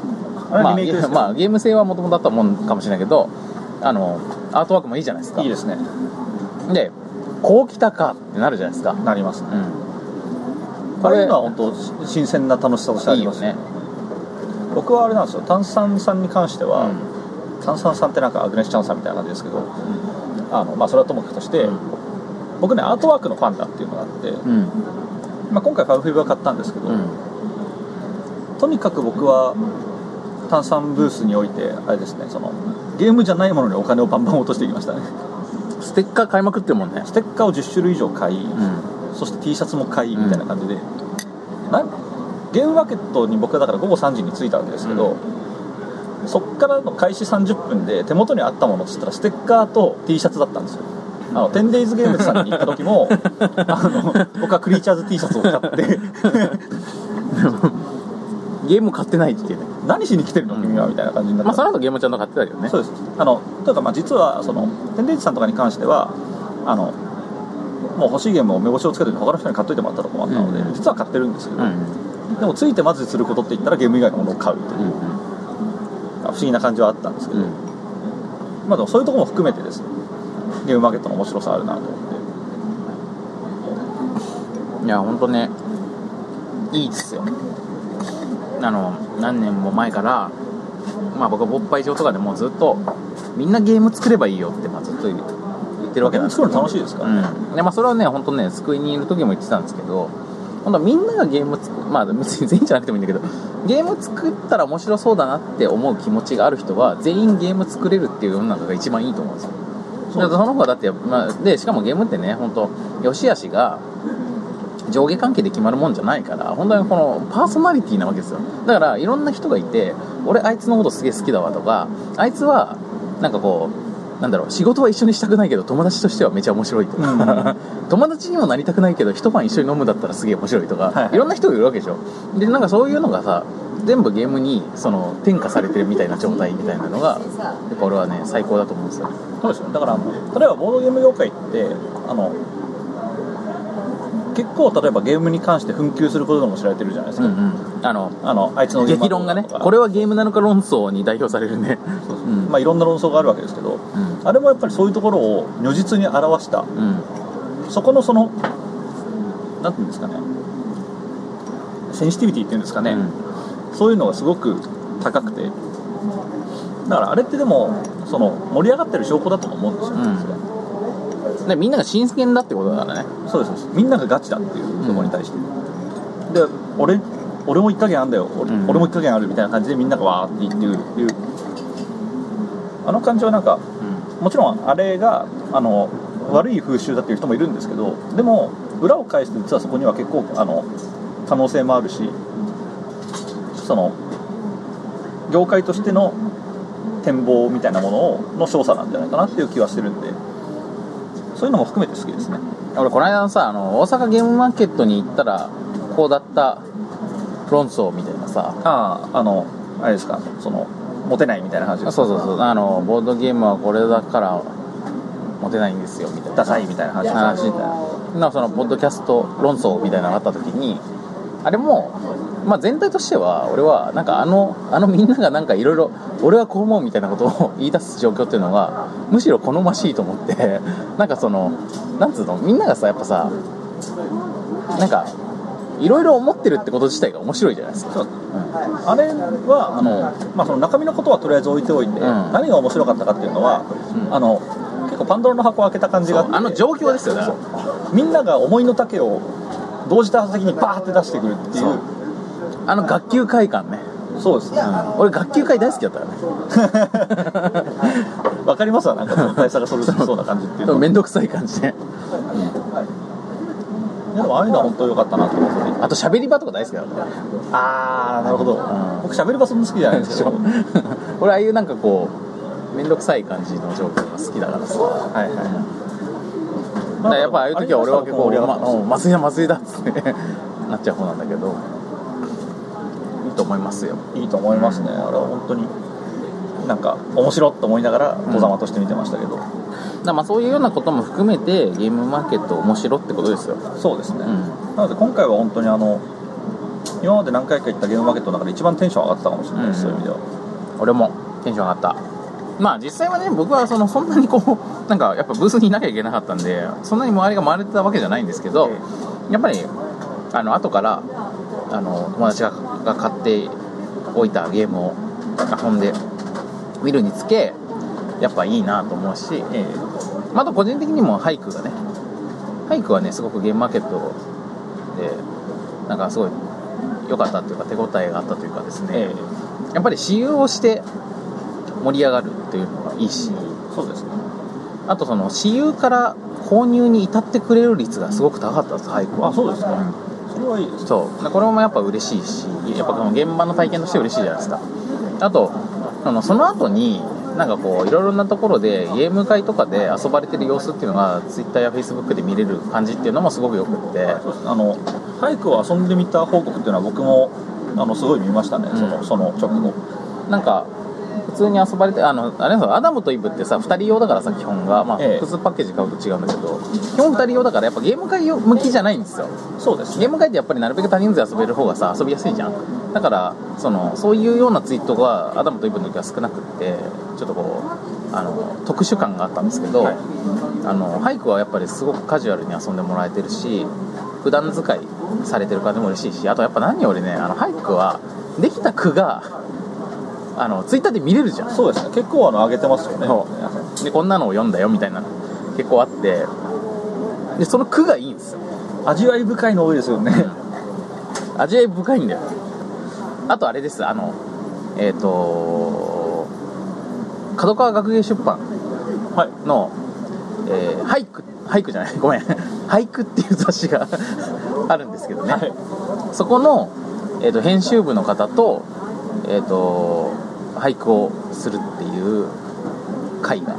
Speaker 3: あれ
Speaker 2: ま
Speaker 3: は
Speaker 2: あ、
Speaker 3: リメイクですけど、
Speaker 2: まあ、ゲーム性はもともとあったもんかもしれないけどあのアートワークもいいじゃないですか
Speaker 3: いいですね
Speaker 2: でこう来たかってなるじゃないですか、
Speaker 3: なりますね
Speaker 2: うん、
Speaker 3: これのは本当新鮮な楽しさとしてあ
Speaker 2: いい
Speaker 3: り
Speaker 2: よ
Speaker 3: ます
Speaker 2: ね、
Speaker 3: 僕はあれなんですよ炭酸さんに関して
Speaker 2: う
Speaker 3: は、
Speaker 2: ん
Speaker 3: 炭酸さんってなんかアグネス・チャンさんみたいな感じですけど、あのまあ、それはともかくとして、
Speaker 2: うん
Speaker 3: 僕ねアートワークのファンだっていうのがあって、
Speaker 2: うん
Speaker 3: まあ、今回ファブフィブは買ったんですけど、
Speaker 2: うん
Speaker 3: とにかく僕は炭酸ブースにおいてあれですねそのゲームじゃないものにお金をバンバン落としていきましたね
Speaker 2: ステッカー買いまくってるもんね
Speaker 3: ステッカーを10種類以上買い、
Speaker 2: うん
Speaker 3: そして T シャツも買いみたいな感じで、なんゲームマーケットに僕はだから午後3時に着いたわけですけど、そっからの開始30分で手元にあったものっつったらステッカーと T シャツだったんですよあの 10days ゲームズさんに行った時 もあの僕はクリーチャーズ T シャツを買って
Speaker 2: ゲーム買ってないっていうね
Speaker 3: 何しに来てるの君はみたいな感じになって、
Speaker 2: まあその後ゲームちゃんと買ってたけどね
Speaker 3: そうですあのというかまあ実はその天霊寺さんとかに関してはあのもう欲しいゲームを目星をつけて他の人に買っといてもらったとこもあったので、
Speaker 2: うん
Speaker 3: 実は買ってるんですけど、
Speaker 2: うん
Speaker 3: でもついてまずすることって言ったらゲーム以外のものを買うという
Speaker 2: うん
Speaker 3: 不思議な感じはあったんですけ
Speaker 2: う
Speaker 3: ど、
Speaker 2: ん
Speaker 3: まあでもそういうところも含めてですねゲームマーケットの面白さあるなと思っ
Speaker 2: うんいや本当ねいいですよあの何年も前からまあ僕は勃発上とかでもうずっとみんなゲーム作ればいいよってまあずっと言って
Speaker 3: て
Speaker 2: るわけなんです
Speaker 3: 作るの楽しいですから、
Speaker 2: うんでまあ、それはね、本当ね、救いにいる時も言ってたんですけど、本当はみんながゲームつく、まあ別に全員じゃなくてもいいんだけど、ゲーム作ったら面白そうだなって思う気持ちがある人は、全員ゲーム作れるっていう世の中が一番いいと思うんですよ。そ
Speaker 3: そうです
Speaker 2: その方がだって、まあ、で、しかもゲームってね、本当良し悪しが、上下関係で決まるもんじゃないから本当にこのパーソナリティなわけですよだからいろんな人がいて俺あいつのことすげえ好きだわとかあいつはなんかこうなんだろう仕事は一緒にしたくないけど友達としてはめちゃ面白いとか、 友達にもなりたくないけど一晩一緒に飲むだったらすげえ面白いとか、
Speaker 3: はい
Speaker 2: い
Speaker 3: はい
Speaker 2: ろんな人がいるわけでしょでなんかそういうのがさ全部ゲームにその転化されてるみたいな状態みたいなのがやっぱ俺はね最高だと思うんですよ
Speaker 3: そうですよねだからあの例えばボードゲーム業界ってあの結構例えばゲームに関して紛糾することでも知られてるじゃないです
Speaker 2: うん
Speaker 3: か、
Speaker 2: うんあの
Speaker 3: あのあいつのゲーム
Speaker 2: 激論がね
Speaker 3: とか
Speaker 2: これはゲームなのか論争に代表される ねうん
Speaker 3: まあ、いろんな論争があるわけですけど、
Speaker 2: ん
Speaker 3: あれもやっぱりそういうところを如実に表した
Speaker 2: うん
Speaker 3: そこのそのなんていうんですかねセンシティビティっていうんですかね、
Speaker 2: う
Speaker 3: そういうのがすごく高くてだからあれってでもその盛り上がってる証拠だとも思うんですよ、
Speaker 2: うん
Speaker 3: それ
Speaker 2: ん、でみんなが真剣だってことだからね
Speaker 3: そうですそうですみんながガチだっていうところに対して、で俺俺も一加減あんだよ俺,、
Speaker 2: うん
Speaker 3: 俺も一加減あるみたいな感じでみんながわーって言ってるっていうあの感じはなんか
Speaker 2: う
Speaker 3: もちろんあれがあの悪い風習だっていう人もいるんですけどでも裏を返して実はそこには結構あの可能性もあるしその業界としての展望みたいなものをの調査なんじゃないかなっていう気はしてるんでそういうのも含めて好きですね
Speaker 2: 俺この間のさあの大阪ゲームマーケットに行ったらこうだった論争みたいなさ
Speaker 3: あああのあれですかそのモテないみたいな話
Speaker 2: そうそうそうあのボードゲームはこれだからモテないんですよみたいな
Speaker 3: ダサいみたいな話
Speaker 2: 話みたいなそのポッドキャスト論争みたいなのがあった時にあれもまあ、全体としては俺はなんかあのあのみんながなんかいろいろ俺はこう思うみたいなことを 言い出す状況っていうのがむしろ好ましいと思ってなんかそのなんつうのみんながさやっぱさなんかいろいろ思ってるってこと自体が面白いじゃないですか
Speaker 3: そうあれはあの、まあ、その中身のことはとりあえず置いておいて、何が面白かったかっていうのは、
Speaker 2: うん
Speaker 3: あの結構パンドラの箱を開けた感じがあって
Speaker 2: あの状況ですよね
Speaker 3: みんなが思いの丈を同時多発的にバーって出してくるっていう
Speaker 2: そあの学級会館ね、
Speaker 3: そうですね
Speaker 2: うん俺学級会大好きだったからね
Speaker 3: わかりますわなんか その大差がそれそうな感じってい
Speaker 2: で
Speaker 3: う
Speaker 2: も
Speaker 3: の
Speaker 2: 面倒くさい感じで
Speaker 3: でもああいうのは本当良かったなと思って
Speaker 2: あと喋り場とか大好きだったからね
Speaker 3: ああなるほど、
Speaker 2: ん
Speaker 3: 僕喋る場そんな好きじゃないんで すけどはい
Speaker 2: 俺ああいうなんかこう面倒くさい感じの状況が好きだからさだ
Speaker 3: はい
Speaker 2: からやっぱああいう時は俺は結構
Speaker 3: あ
Speaker 2: 俺
Speaker 3: れは
Speaker 2: ま
Speaker 3: さこう盛り上がってま
Speaker 2: うん祭
Speaker 3: す
Speaker 2: りだ祭りだっつって なっちゃう方なんだけどいいと思いますよ
Speaker 3: いいと思いますね、あれは本当になんか面白いと思いながら小ざまとして見てましたけど、
Speaker 2: だからまあそういうようなことも含めてゲームマーケット面白ってことですよ
Speaker 3: そうですね、
Speaker 2: うん
Speaker 3: なので今回は本当にあの今まで何回か行ったゲームマーケットの中で一番テンション上がってたかもしれないです、
Speaker 2: うん
Speaker 3: そういう意味では
Speaker 2: 俺もテンション上がったまあ実際はね僕はそのそんなにこうなんかやっぱブースにいなきゃいけなかったんでそんなに周りが回れてたわけじゃないんですけどやっぱりあの後からあの友達がが買っておいたゲームを遊んで見るにつけやっぱいいなと思うし、
Speaker 3: え
Speaker 2: まああと個人的にも俳句がね俳句はねすごくゲームマーケットでなんかすごい良かったっていうか手応えがあったというかですね、
Speaker 3: ええ
Speaker 2: やっぱり私有をして盛り上がるっていうのがいいし、
Speaker 3: えそうですね
Speaker 2: あとその私有から購入に至ってくれる率がすごく高かったんです俳句は
Speaker 3: あそうですか、
Speaker 2: ん
Speaker 3: それはいいですね
Speaker 2: そうこれもやっぱ嬉しいしやっぱこの現場の体験として嬉しいじゃないですかあとあのその後になんかこういろいろなところでゲーム会とかで遊ばれてる様子っていうのが Twitter や Facebook で見れる感じっていうのもすごくよくって
Speaker 3: そうですねあの俳句を遊んでみた報告っていうのは僕もあのすごい見ましたね、
Speaker 2: うん
Speaker 3: そのその直後
Speaker 2: なんか普通に遊ばれてあのあれですよアダムとイブってさ2人用だからさ基本がまあ
Speaker 3: ええ
Speaker 2: 複数パッケージ買うと違うんだけど基本2人用だからやっぱゲーム会用向きじゃないんですよ
Speaker 3: そうですね
Speaker 2: ゲーム会ってやっぱりなるべく他人数で遊べる方がさ遊びやすいじゃんだからそのそういうようなツイートがアダムとイブの時は少なくってちょっとこうあの特殊感があったんですけど、
Speaker 3: はい
Speaker 2: あの俳句はやっぱりすごくカジュアルに遊んでもらえてるし普段使いされてる感じも嬉しいしあとやっぱ何よりねあの俳句はできた句があのツイッターで見れるじゃん
Speaker 3: そうですね結構あの上げてますよね
Speaker 2: そでこんなのを読んだよみたいなの結構あってでその句がいいんですよ
Speaker 3: 味わい深いの多いですよね、
Speaker 2: 味わい深いんだよあとあれですあのえっ、と角川学芸出版
Speaker 3: はい
Speaker 2: の、えー俳句俳句じゃないごめん俳句っていう雑誌が あるんですけどね、
Speaker 3: はい
Speaker 2: そこの、えー、と編集部の方と,、えー、と俳句をするっていう会が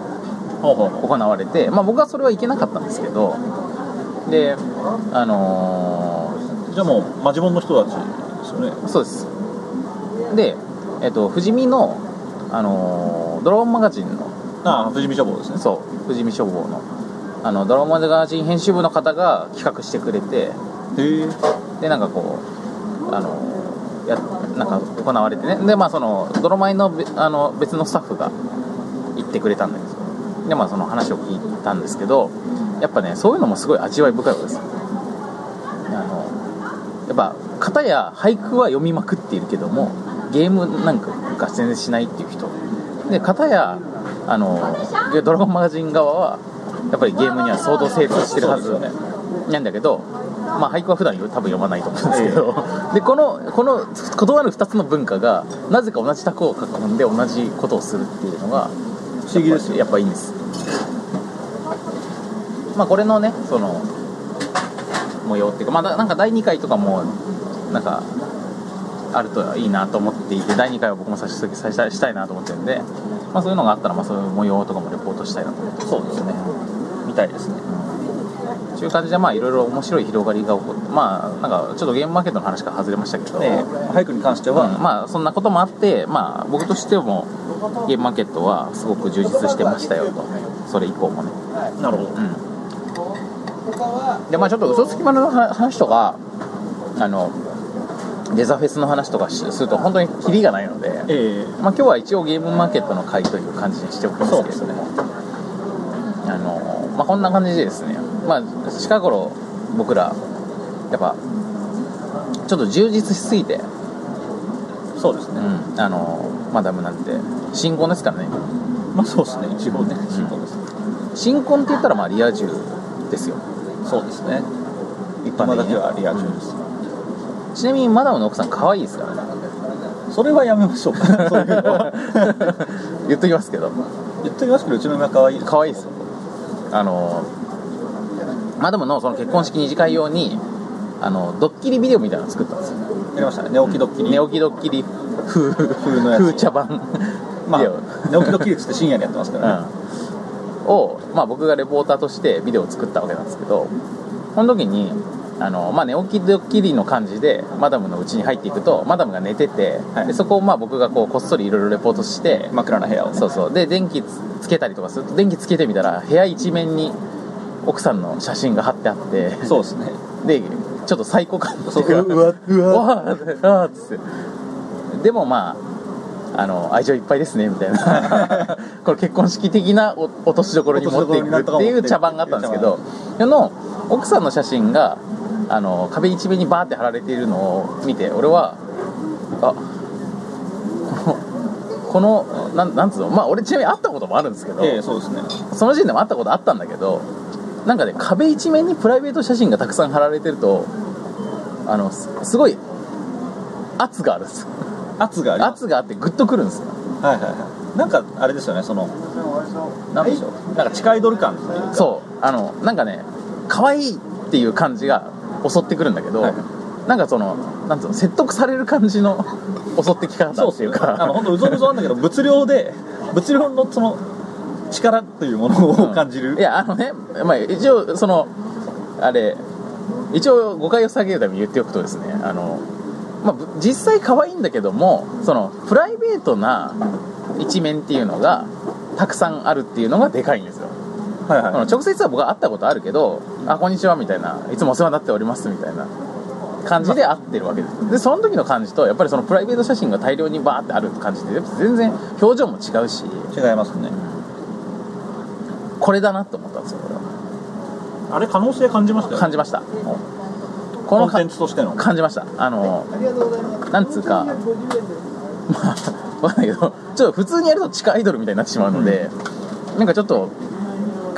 Speaker 3: ほうほうほう
Speaker 2: 行われて、まあ、僕はそれはいけなかったんですけどであのー
Speaker 3: じゃあもうマジモンの人たちですよね
Speaker 2: そうですで、えっと富士見の、あのードラゴンマガジンの
Speaker 3: ああ富士見書房ですね
Speaker 2: そう富士見消防のあのドラゴンマガジン編集部の方が企画してくれて
Speaker 3: へえ
Speaker 2: でなんかこうあのーやなんか行われてねでまあその泥米のべあの別のスタッフが行ってくれたんですよでまあその話を聞いたんですけどやっぱねそういうのもすごい味わい深いわけですよあのやっぱ片や俳句は読みまくっているけどもゲームなんかが全然しないっていう人で片やあのいやドラゴンマガジン側はやっぱりゲームには相当精通してるはず
Speaker 3: そうですよ
Speaker 2: なんだけど、まあ、俳句は普段よ多分読まないと思うんですけど、でこのこの異なる2つの文化がなぜか同じ卓を囲んで同じことをするっていうのが
Speaker 3: 不思議ですよ
Speaker 2: やっぱいいんですまあこれのねその模様っていうかまあだなんか第2回とかもなんかあるといいなと思っていて第2回は僕もさしさしたしたいなと思ってるんで、まあ、そういうのがあったらまあそういう模様とかもレポートしたいなと思ってそうですね
Speaker 3: みたいですね
Speaker 2: という感じでまあいろいろ面白い広がりが起こってまあなんかちょっとゲームマーケットの話から外れましたけど、
Speaker 3: ええ俳句に関しては、
Speaker 2: うんまあそんなこともあって、まあ、僕としてもゲームマーケットはすごく充実してましたよとそれ以降もね、
Speaker 3: なるほど
Speaker 2: うん、でまあちょっと嘘つきまの話とかあのデザフェスの話とかしすると本当にキリがないので、
Speaker 3: ええ
Speaker 2: まあ、今日は一応ゲームマーケットの会という感じにしておきますけれども、あのまあ、こんな感じでですね、まあ、近頃僕らやっぱちょっと充実しすぎて、
Speaker 3: そうです
Speaker 2: う
Speaker 3: ね、
Speaker 2: ん、あのマダムなんて新婚ですからね今
Speaker 3: まあそうですね一応ね新婚です、
Speaker 2: 新婚って言ったらまあリア充ですよ
Speaker 3: そうですね
Speaker 2: 一般
Speaker 3: 今
Speaker 2: 的に
Speaker 3: だけ
Speaker 2: ね、
Speaker 3: はリア充です、
Speaker 2: ちなみにマダムの奥さん可愛いですからね
Speaker 3: それはやめましょう そういうのは
Speaker 2: 言っときますけど
Speaker 3: 言っときますけどうちの嫁は可愛い
Speaker 2: 可愛いですよあのマダムのその結婚式二次会用にあのドッキリビデオみたいなの作ったんですよ
Speaker 3: やりましたね寝起きドッキリ、
Speaker 2: 寝起きドッキリ風
Speaker 3: 風のやつ
Speaker 2: 風茶番
Speaker 3: まあ
Speaker 2: ビデオ、
Speaker 3: 寝起きドッキリっつって深夜にやってますからね、
Speaker 2: うん、を、まあ、僕がレポーターとしてビデオを作ったわけなんですけどこの時にあの、まあ、寝起きドッキリの感じでマダムの家に入っていくとマダムが寝てて、
Speaker 3: はい
Speaker 2: でそこをまあ僕がこうこっそりいろいろレポートして、
Speaker 3: 真っ暗な部屋をね
Speaker 2: そうそうで電気つつけたりとかすると電気つけてみたら部屋一面に奥さんの写真が貼ってあって
Speaker 3: そうですね
Speaker 2: でちょっと最高感っていうか
Speaker 3: ううわう わ
Speaker 2: わああーっつってでもまああの愛情いっぱいですねみたい なこれ結婚式的なお落としどころに持っていくっていう茶番があったんですけどその奥さんの写真があの壁一面にバーって貼られているのを見て俺はあこのこのなんなんつうのまあ俺ちなみに会ったこともあるんですけど、
Speaker 3: ええそうですね
Speaker 2: その時点でも会ったことあったんだけどなんかね壁一面にプライベート写真がたくさん貼られてるとあのすすごい圧があるんです
Speaker 3: 圧があります
Speaker 2: 圧があってグッとくるんですよ
Speaker 3: はいはいはいなんかあれですよねそのなんでしょうなんか近いドル感っていうか
Speaker 2: そうあのなんかね可愛いっていう感じが襲ってくるんだけど、
Speaker 3: はい
Speaker 2: なんかそのなんつうの説得される感じの襲ってき方っ
Speaker 3: そうってす
Speaker 2: いう
Speaker 3: よ
Speaker 2: か
Speaker 3: あの本当うぞうぞなんだけど物量で物量のその力というものを感じる、
Speaker 2: いやあのね、まあ、一応そのあれ一応誤解を下げるために言っておくとですねあの、まあぶ、実際可愛いんだけどもそのプライベートな一面っていうのがたくさんあるっていうのがでかいんですよ、
Speaker 3: はい
Speaker 2: その
Speaker 3: は
Speaker 2: 直接は僕は会ったことあるけど「あこんにちは」みたいないつもお世話になっておりますみたいな感じで会ってるわけですでその時の感じとやっぱりそのプライベート写真が大量にバーってある感じってやっぱ全然表情も違うし
Speaker 3: い違いますね
Speaker 2: これだなと思ったんですよこれは
Speaker 3: あれ可能性感じましたよ、
Speaker 2: 感
Speaker 3: ね、
Speaker 2: じましたこ
Speaker 3: コ
Speaker 2: の
Speaker 3: ンテン
Speaker 2: 感
Speaker 3: ツとしての
Speaker 2: 感じましたあのなんつうか まあ分かんないけどちょっと普通にやると地下アイドルみたいになってしまうので、なんかちょっと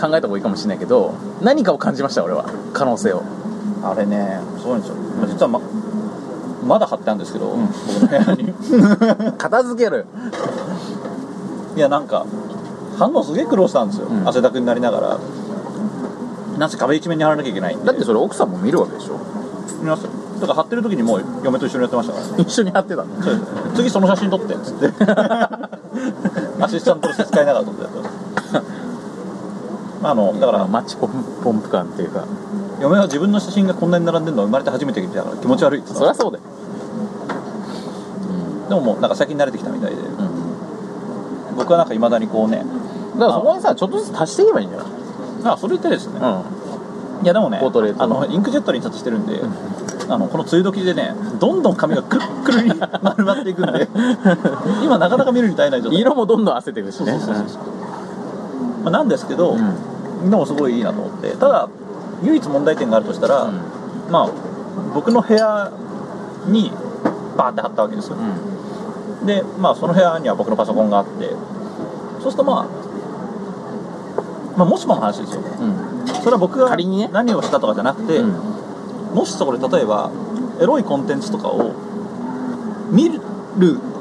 Speaker 2: 考えた方がいいかもしれないけど何かを感じました俺は可能性を
Speaker 3: あれねそうなんですよ実はままだ貼ってあるんですけど、
Speaker 2: ん
Speaker 3: 僕の部屋に
Speaker 2: 片付ける
Speaker 3: いやなんか反応すげえ苦労したんですよ、
Speaker 2: うん
Speaker 3: 汗だくになりながらなんせ壁一面に貼らなきゃいけないんで
Speaker 2: だってそれ奥さんも見るわけでしょ
Speaker 3: 見ますよだから貼ってる時にもう嫁と一緒にやってましたからね
Speaker 2: 一緒にやってたの
Speaker 3: そうですね次その写真 撮ってっつってアシスタントとして使いながら撮ってやってましたあのだ
Speaker 2: だ
Speaker 3: か
Speaker 2: から
Speaker 3: ら
Speaker 2: マッチポンポンプ感っていうか
Speaker 3: 嫁は自分の写真がこんなに並んでるの生まれて初めて見たから気持ち悪いって言っ
Speaker 2: そ
Speaker 3: て
Speaker 2: り
Speaker 3: た
Speaker 2: ゃそうだよ、
Speaker 3: でももうなんか最近慣れてきたみたいで
Speaker 2: うん、
Speaker 3: 僕はなんかいまだにこうね
Speaker 2: だからそこにさちょっとずつ足していけばいいんだよ、
Speaker 3: あそれ言ってですね
Speaker 2: うん、
Speaker 3: いやでもね
Speaker 2: ポートレート
Speaker 3: あのインクジェットで印刷してるんであのこの梅雨時でねどんどん髪がくるっくるに丸まっていく んで今なかなか見るに耐えない状態
Speaker 2: 色もどんどん汗てくるしね
Speaker 3: そうそうそうそうまあ、なんですけど、
Speaker 2: うん
Speaker 3: でもすごいいいなと思ってただ唯一問題点があるとしたら、
Speaker 2: うん
Speaker 3: まあ僕の部屋にバーって貼ったわけですよ
Speaker 2: う、ん
Speaker 3: でまあその部屋には僕のパソコンがあってそうするとまあまあ、もしもの話ですよ
Speaker 2: うん
Speaker 3: それは僕が
Speaker 2: 仮にね
Speaker 3: 何をしたとかじゃなくて、
Speaker 2: うん
Speaker 3: もしそこで例えばエロいコンテンツとかを見る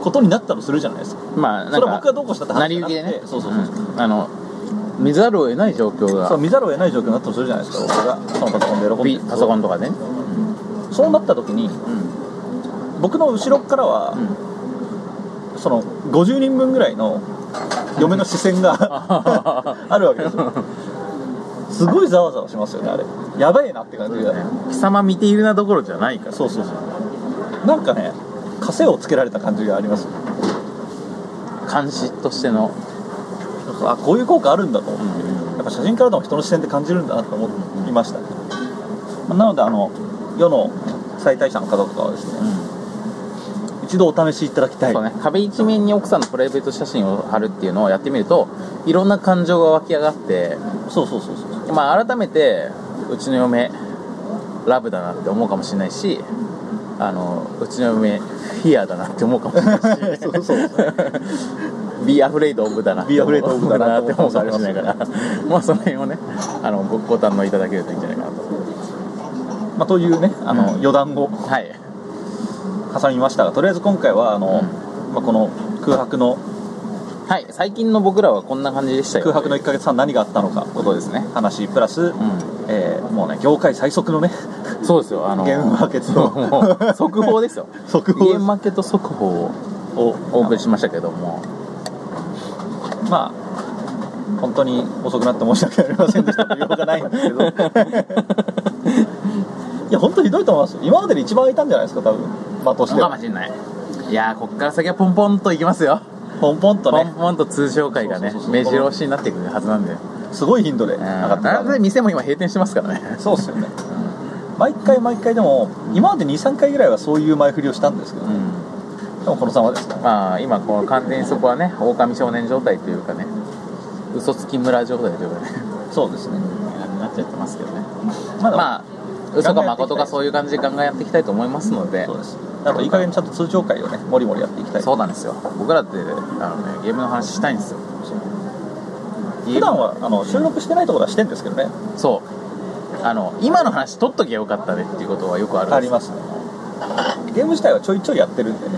Speaker 3: ことになったとするじゃないですか
Speaker 2: まあなんか
Speaker 3: それは僕がどうこうしたって
Speaker 2: 成
Speaker 3: 話
Speaker 2: り
Speaker 3: じゃ
Speaker 2: 行き
Speaker 3: なくて
Speaker 2: でね
Speaker 3: そうそうそうそう、
Speaker 2: んあの見ざるを得ない状況
Speaker 3: そう
Speaker 2: が
Speaker 3: 見ざるを得ない状況になったとするじゃないですか僕がそのパソコンで喜んで
Speaker 2: ピ
Speaker 3: る
Speaker 2: パソコンとかでね
Speaker 3: そうなった時に
Speaker 2: うん
Speaker 3: 僕の後ろからは、その50人分ぐらいの嫁の視線が あるわけですよすごいざわざわしますよねあれやばいなって感じが
Speaker 2: 貴様見ているなどころじゃないから
Speaker 3: そうそうそうなんかね枷をつけられた感じがあります
Speaker 2: 監視としての
Speaker 3: あこういう効果あるんだと思って、やっぱ写真からでも人の視線って感じるんだなと思いました、なのであの世の最大者の方とかはですね、一度お試しいただきたい
Speaker 2: そうね、壁一面に奥さんのプライベート写真を貼るっていうのをやってみるといろんな感情が湧き上がって、
Speaker 3: そうそうそうそう
Speaker 2: まあ、改めてうちの嫁ラブだなって思うかもしれないしあのうちの嫁フィアだなって思うかもしれないし
Speaker 3: そうそう
Speaker 2: ビーアフレイドオブだな
Speaker 3: Be afraid of だな
Speaker 2: って思うかもしれないから まあその辺をねあのごご堪能いただけるといいんじゃないかなと
Speaker 3: まあ、というねあの、
Speaker 2: うん
Speaker 3: 余談を
Speaker 2: はい
Speaker 3: 挟みましたがとりあえず今回はあの、まあ、この空白の
Speaker 2: はい最近の僕らはこんな感じでしたよ
Speaker 3: 空白の1ヶ月半何があったのか
Speaker 2: ことですね
Speaker 3: 話プラス、
Speaker 2: う
Speaker 3: えーもうね業界最速のね
Speaker 2: んそうですよあの
Speaker 3: ゲームマーケット
Speaker 2: もう 速報ですよ
Speaker 3: 速
Speaker 2: ゲー
Speaker 3: 報
Speaker 2: ムマーケット速報を
Speaker 3: を
Speaker 2: お送りしましたけど も
Speaker 3: まあ本当に遅くなって申し訳ありませんでしたということじゃないんですけどいや本当ひどいと思いますよ今までで一番空いたんじゃないですか多分まあとして
Speaker 2: かも
Speaker 3: は
Speaker 2: しれないいやーこっから先はポンポンといきますよ、
Speaker 3: ポンポンと
Speaker 2: ポ
Speaker 3: ね
Speaker 2: ンポンと通常会がね
Speaker 3: そうそうそう
Speaker 2: 目白押しになっていくはずなんで、
Speaker 3: すごい頻度で上が
Speaker 2: な
Speaker 3: ってた
Speaker 2: んで店も今閉店してますからね
Speaker 3: そうっすよね毎回毎回でも今まで23回ぐらいはそういう前振りをしたんですけど、
Speaker 2: う
Speaker 3: ね
Speaker 2: ん
Speaker 3: でもこのざまですね
Speaker 2: まあ今この完全にそこはね狼少年状態というかね嘘つき村状態というかね
Speaker 3: そうですね
Speaker 2: なっちゃってますけどね
Speaker 3: まだ
Speaker 2: まあ嘘か誠かそういう感じでガンガンやっていきたいと思いますので
Speaker 3: そうですだからいい加減ちゃんと通常会をねもりもりやっていきたい
Speaker 2: そうなんですよ僕らってあの、ね、ゲームの話したいんですよ
Speaker 3: 普段はあの収録してないところはしてんですけどね
Speaker 2: そうあの今の話取っときゃよかったねっていうことはよくあるんです
Speaker 3: ありますねゲーム自体はちょいちょいやってるんでね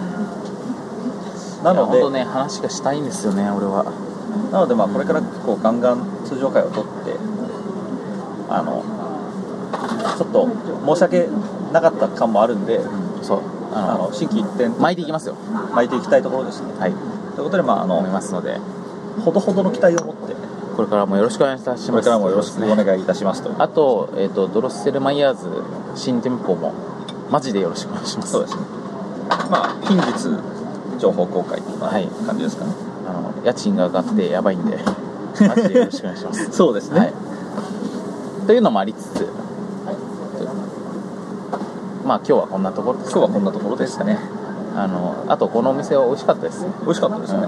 Speaker 3: なの
Speaker 2: いや本
Speaker 3: で
Speaker 2: 当ね話がしたいんですよね俺は
Speaker 3: なのでまあこれからこうガンガン通常会を取ってあのちょっと申し訳なかった感もあるんで
Speaker 2: そう
Speaker 3: あ
Speaker 2: あの
Speaker 3: の心機一転
Speaker 2: 巻いていきますよ
Speaker 3: 巻いていきたいところですね
Speaker 2: はい
Speaker 3: ということでまああの
Speaker 2: 思いますので
Speaker 3: ほどほどの期待を持って
Speaker 2: これからもよろしくお願いいたします
Speaker 3: これからもよろしくお
Speaker 2: ね
Speaker 3: 願いいたしますという
Speaker 2: あと,、えー、とドロッセルマイヤーズ新店舗もマジでよろしくお願いします
Speaker 3: そうですねまあ近日情報公開っていう
Speaker 2: はい
Speaker 3: 感じですかね、
Speaker 2: あの家賃が上がってやばいんでマジでよろしくお願いします、
Speaker 3: そうです ね、
Speaker 2: はい、というのもありつつまあ今日はこんなところです
Speaker 3: 今
Speaker 2: か
Speaker 3: 日
Speaker 2: ね
Speaker 3: はこんなところですかね
Speaker 2: あのあとこのお店は美味しかったです
Speaker 3: 美味しかったですね、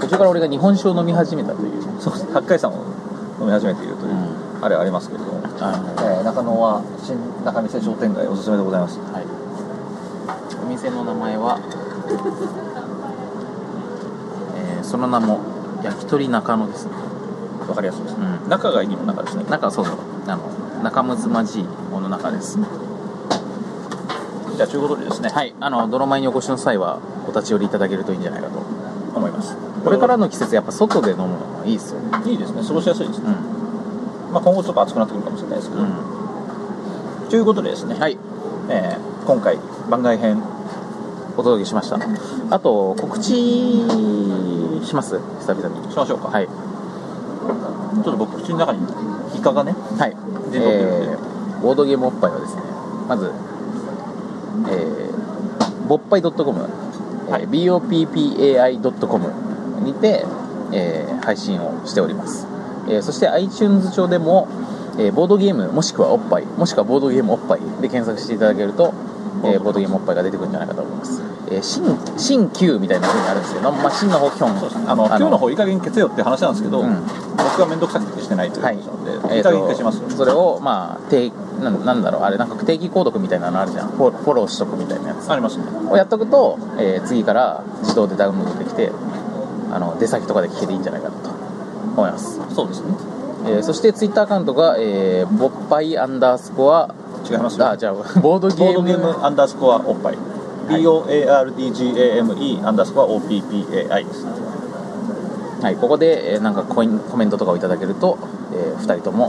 Speaker 2: 途中から俺が日本酒を飲み始めたという、
Speaker 3: そうです八海山を飲み始めているという、あれはありますけれども、
Speaker 2: あの
Speaker 3: えー中野は新中見世商店街おすすめでございます
Speaker 2: はい、お店の名前は、えーその名も焼き鳥中野ですね、
Speaker 3: わかりやすいです
Speaker 2: う、ん、
Speaker 3: 中がいいの中ですね
Speaker 2: 中そうそうあの中むずまじいもの中です
Speaker 3: じゃあということでですね、
Speaker 2: はいあの泥米にお越しの際はお立ち寄りいただけるといいんじゃないかと
Speaker 3: 思います
Speaker 2: これからの季節やっぱ外で飲むのはいいですよね
Speaker 3: いいですね過ごしやすいですね、
Speaker 2: うん、
Speaker 3: まあ、今後ちょっと暑くなってくるかもしれないですけど、
Speaker 2: う
Speaker 3: ということでですね、
Speaker 2: ん、はい
Speaker 3: えー今回番外編
Speaker 2: お届けしましたあと告知します久々に
Speaker 3: しましょうか、
Speaker 2: はい
Speaker 3: ちょっと僕口の中にイカがね
Speaker 2: はい、
Speaker 3: 全国で
Speaker 2: えーボードゲームおっぱいはですねまず、えー、ぼっぱい .com、
Speaker 3: は
Speaker 2: えー boppai.com にて、えー配信をしております、えーそして iTunes 上でも、えーボードゲームもしくはおっぱいもしくはボードゲームおっぱいで検索していただけると、えーボードゲームおっぱいが出てくるんじゃないかと思います、えー、新新旧みたいな風にあるんですけど、まあ、新の方基本
Speaker 3: そうですねあの今日の方いい加減消せよって話なんですけど、
Speaker 2: うん
Speaker 3: 僕は面倒くさくてしてないという
Speaker 2: はい
Speaker 3: ことなので、い、
Speaker 2: え
Speaker 3: い
Speaker 2: ーと
Speaker 3: 加減消しますよ
Speaker 2: それをまあ定ななんだろうあれなんか定期購読みたいなのあるじゃんフォフォローしとくみたいなやつ
Speaker 3: ありますね
Speaker 2: をやっとくと、えー次から自動でダウンロードできてあの出先とかで聞けていいんじゃないかなと思います、
Speaker 3: そうですね
Speaker 2: えーそしてツイッターアカウントが、えー、ぼっぱいアンダースコア
Speaker 3: 違いますよ
Speaker 2: あじゃあボードゲーム
Speaker 3: ボードゲームアンダースコアおっぱい、BOARDGAME アンダースコア OPPAI です
Speaker 2: はい、ここで、えーなんかコインコメントとかをいただけると、え2人とも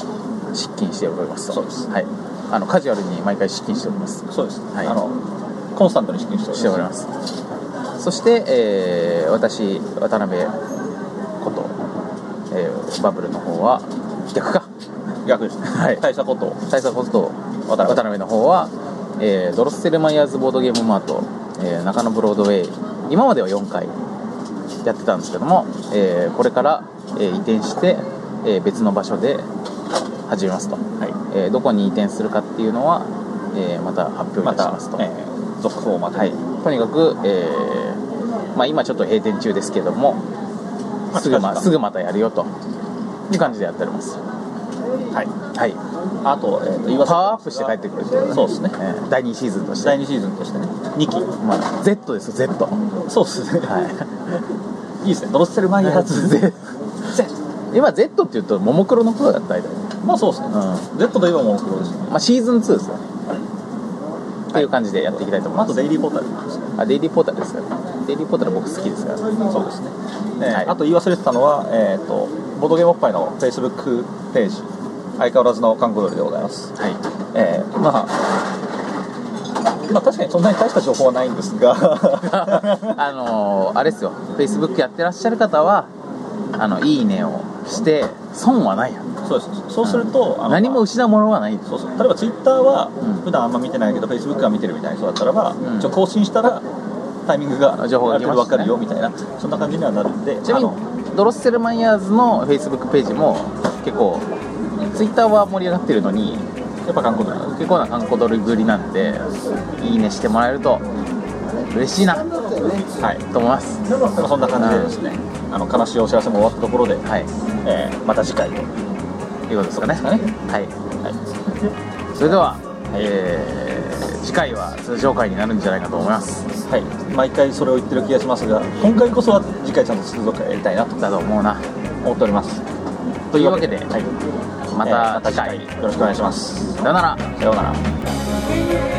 Speaker 2: 失禁しておりますと
Speaker 3: そうです
Speaker 2: はい、あのカジュアルに毎回失禁しております
Speaker 3: そうです、
Speaker 2: はい
Speaker 3: あのコンスタントに支給しております
Speaker 2: しておりますそして、えー私渡辺こと、えーバブルの方は逆か
Speaker 3: 逆ですね、
Speaker 2: はい
Speaker 3: 大したことを
Speaker 2: 大佐こと
Speaker 3: 渡辺
Speaker 2: 渡辺の方は、えードロッセルマイヤーズボードゲームマート、えー中野ブロードウェイ今までは4回やってたんですけども、えーこれから、えー移転して、えー別の場所で始めますと、
Speaker 3: は
Speaker 2: えーどこに移転するかっていうのは、えーまた発表い
Speaker 3: ま
Speaker 2: たしたますと、
Speaker 3: えー続報をまた、
Speaker 2: はい、とにかく、えーまあ、今ちょっと閉店中ですけども
Speaker 3: あ
Speaker 2: すぐ,、
Speaker 3: 近
Speaker 2: ま、
Speaker 3: 々
Speaker 2: すぐまたやるよという感じでやっております
Speaker 3: はい
Speaker 2: はい
Speaker 3: あと,、えー、
Speaker 2: パ
Speaker 3: と岩
Speaker 2: ワ
Speaker 3: 崎
Speaker 2: ーアップして帰ってくるって
Speaker 3: そうですね
Speaker 2: えー第2シーズンとして、
Speaker 3: 第2シーズンとしてね2期
Speaker 2: まあ、Z です Z
Speaker 3: そうですね、 い、いですねドロッセルマイヤーズ
Speaker 2: Z
Speaker 3: ゼ
Speaker 2: 今 Z って言うとももクロのことだった大体、
Speaker 3: まあそうですね、Z といえばもう黒ですね
Speaker 2: まあ、シーズン2ですよねっていう感じでやっていきたいと思い
Speaker 3: あ
Speaker 2: ます
Speaker 3: とデイリーポータルですね
Speaker 2: あデイリーポータルですからデイリーポータル僕好きですから
Speaker 3: そうですね、えー
Speaker 2: はい
Speaker 3: あと言い忘れてたのは、えー、とボードゲームおっぱいの Facebook ページ相変わらずの韓国ドりでございます、
Speaker 2: はい
Speaker 3: えーまあまあ確かにそんなに大した情報はないんです が
Speaker 2: あのーあれですよ Facebook やってらっしゃる方はあのいいねをして損はないよ
Speaker 3: そうですそうすると、あの
Speaker 2: 何も失うものはないです
Speaker 3: そうそう例えばツイッターは
Speaker 2: うん
Speaker 3: 普段あんま見てないけど、フェイスブックは見てるみたいな人だったらば、
Speaker 2: ん
Speaker 3: 一応更新したらタイミングが
Speaker 2: あ情報が
Speaker 3: ある程度
Speaker 2: 来ますね
Speaker 3: 分かるよみたいなそんな感じにはなるんで
Speaker 2: ちなみ
Speaker 3: あの
Speaker 2: にドロッセルマイヤーズの Facebook ページも結構 Twitter は盛り上がってるのに
Speaker 3: やっぱ韓国の
Speaker 2: 結構な観光ドルぶりなんでいいねしてもらえると嬉しいなと
Speaker 3: はい
Speaker 2: 思います
Speaker 3: そんな感じでですね、あの悲しいお知らせも終わったところで、
Speaker 2: はい
Speaker 3: えーまた次回と
Speaker 2: いうことですかね
Speaker 3: ですかね
Speaker 2: はい、それでは、えー次回は通常回になるんじゃないかと思います
Speaker 3: はい、毎回それを言ってる気がしますが今回こそは次回ちゃんと通続やりたいなと
Speaker 2: だと思うな
Speaker 3: 思っております
Speaker 2: というわけで
Speaker 3: はい
Speaker 2: ま
Speaker 3: えー
Speaker 2: た
Speaker 3: ま
Speaker 2: 次
Speaker 3: た次
Speaker 2: 回
Speaker 3: 回よろしくお願いします
Speaker 2: さよなら
Speaker 3: さようなら
Speaker 1: 「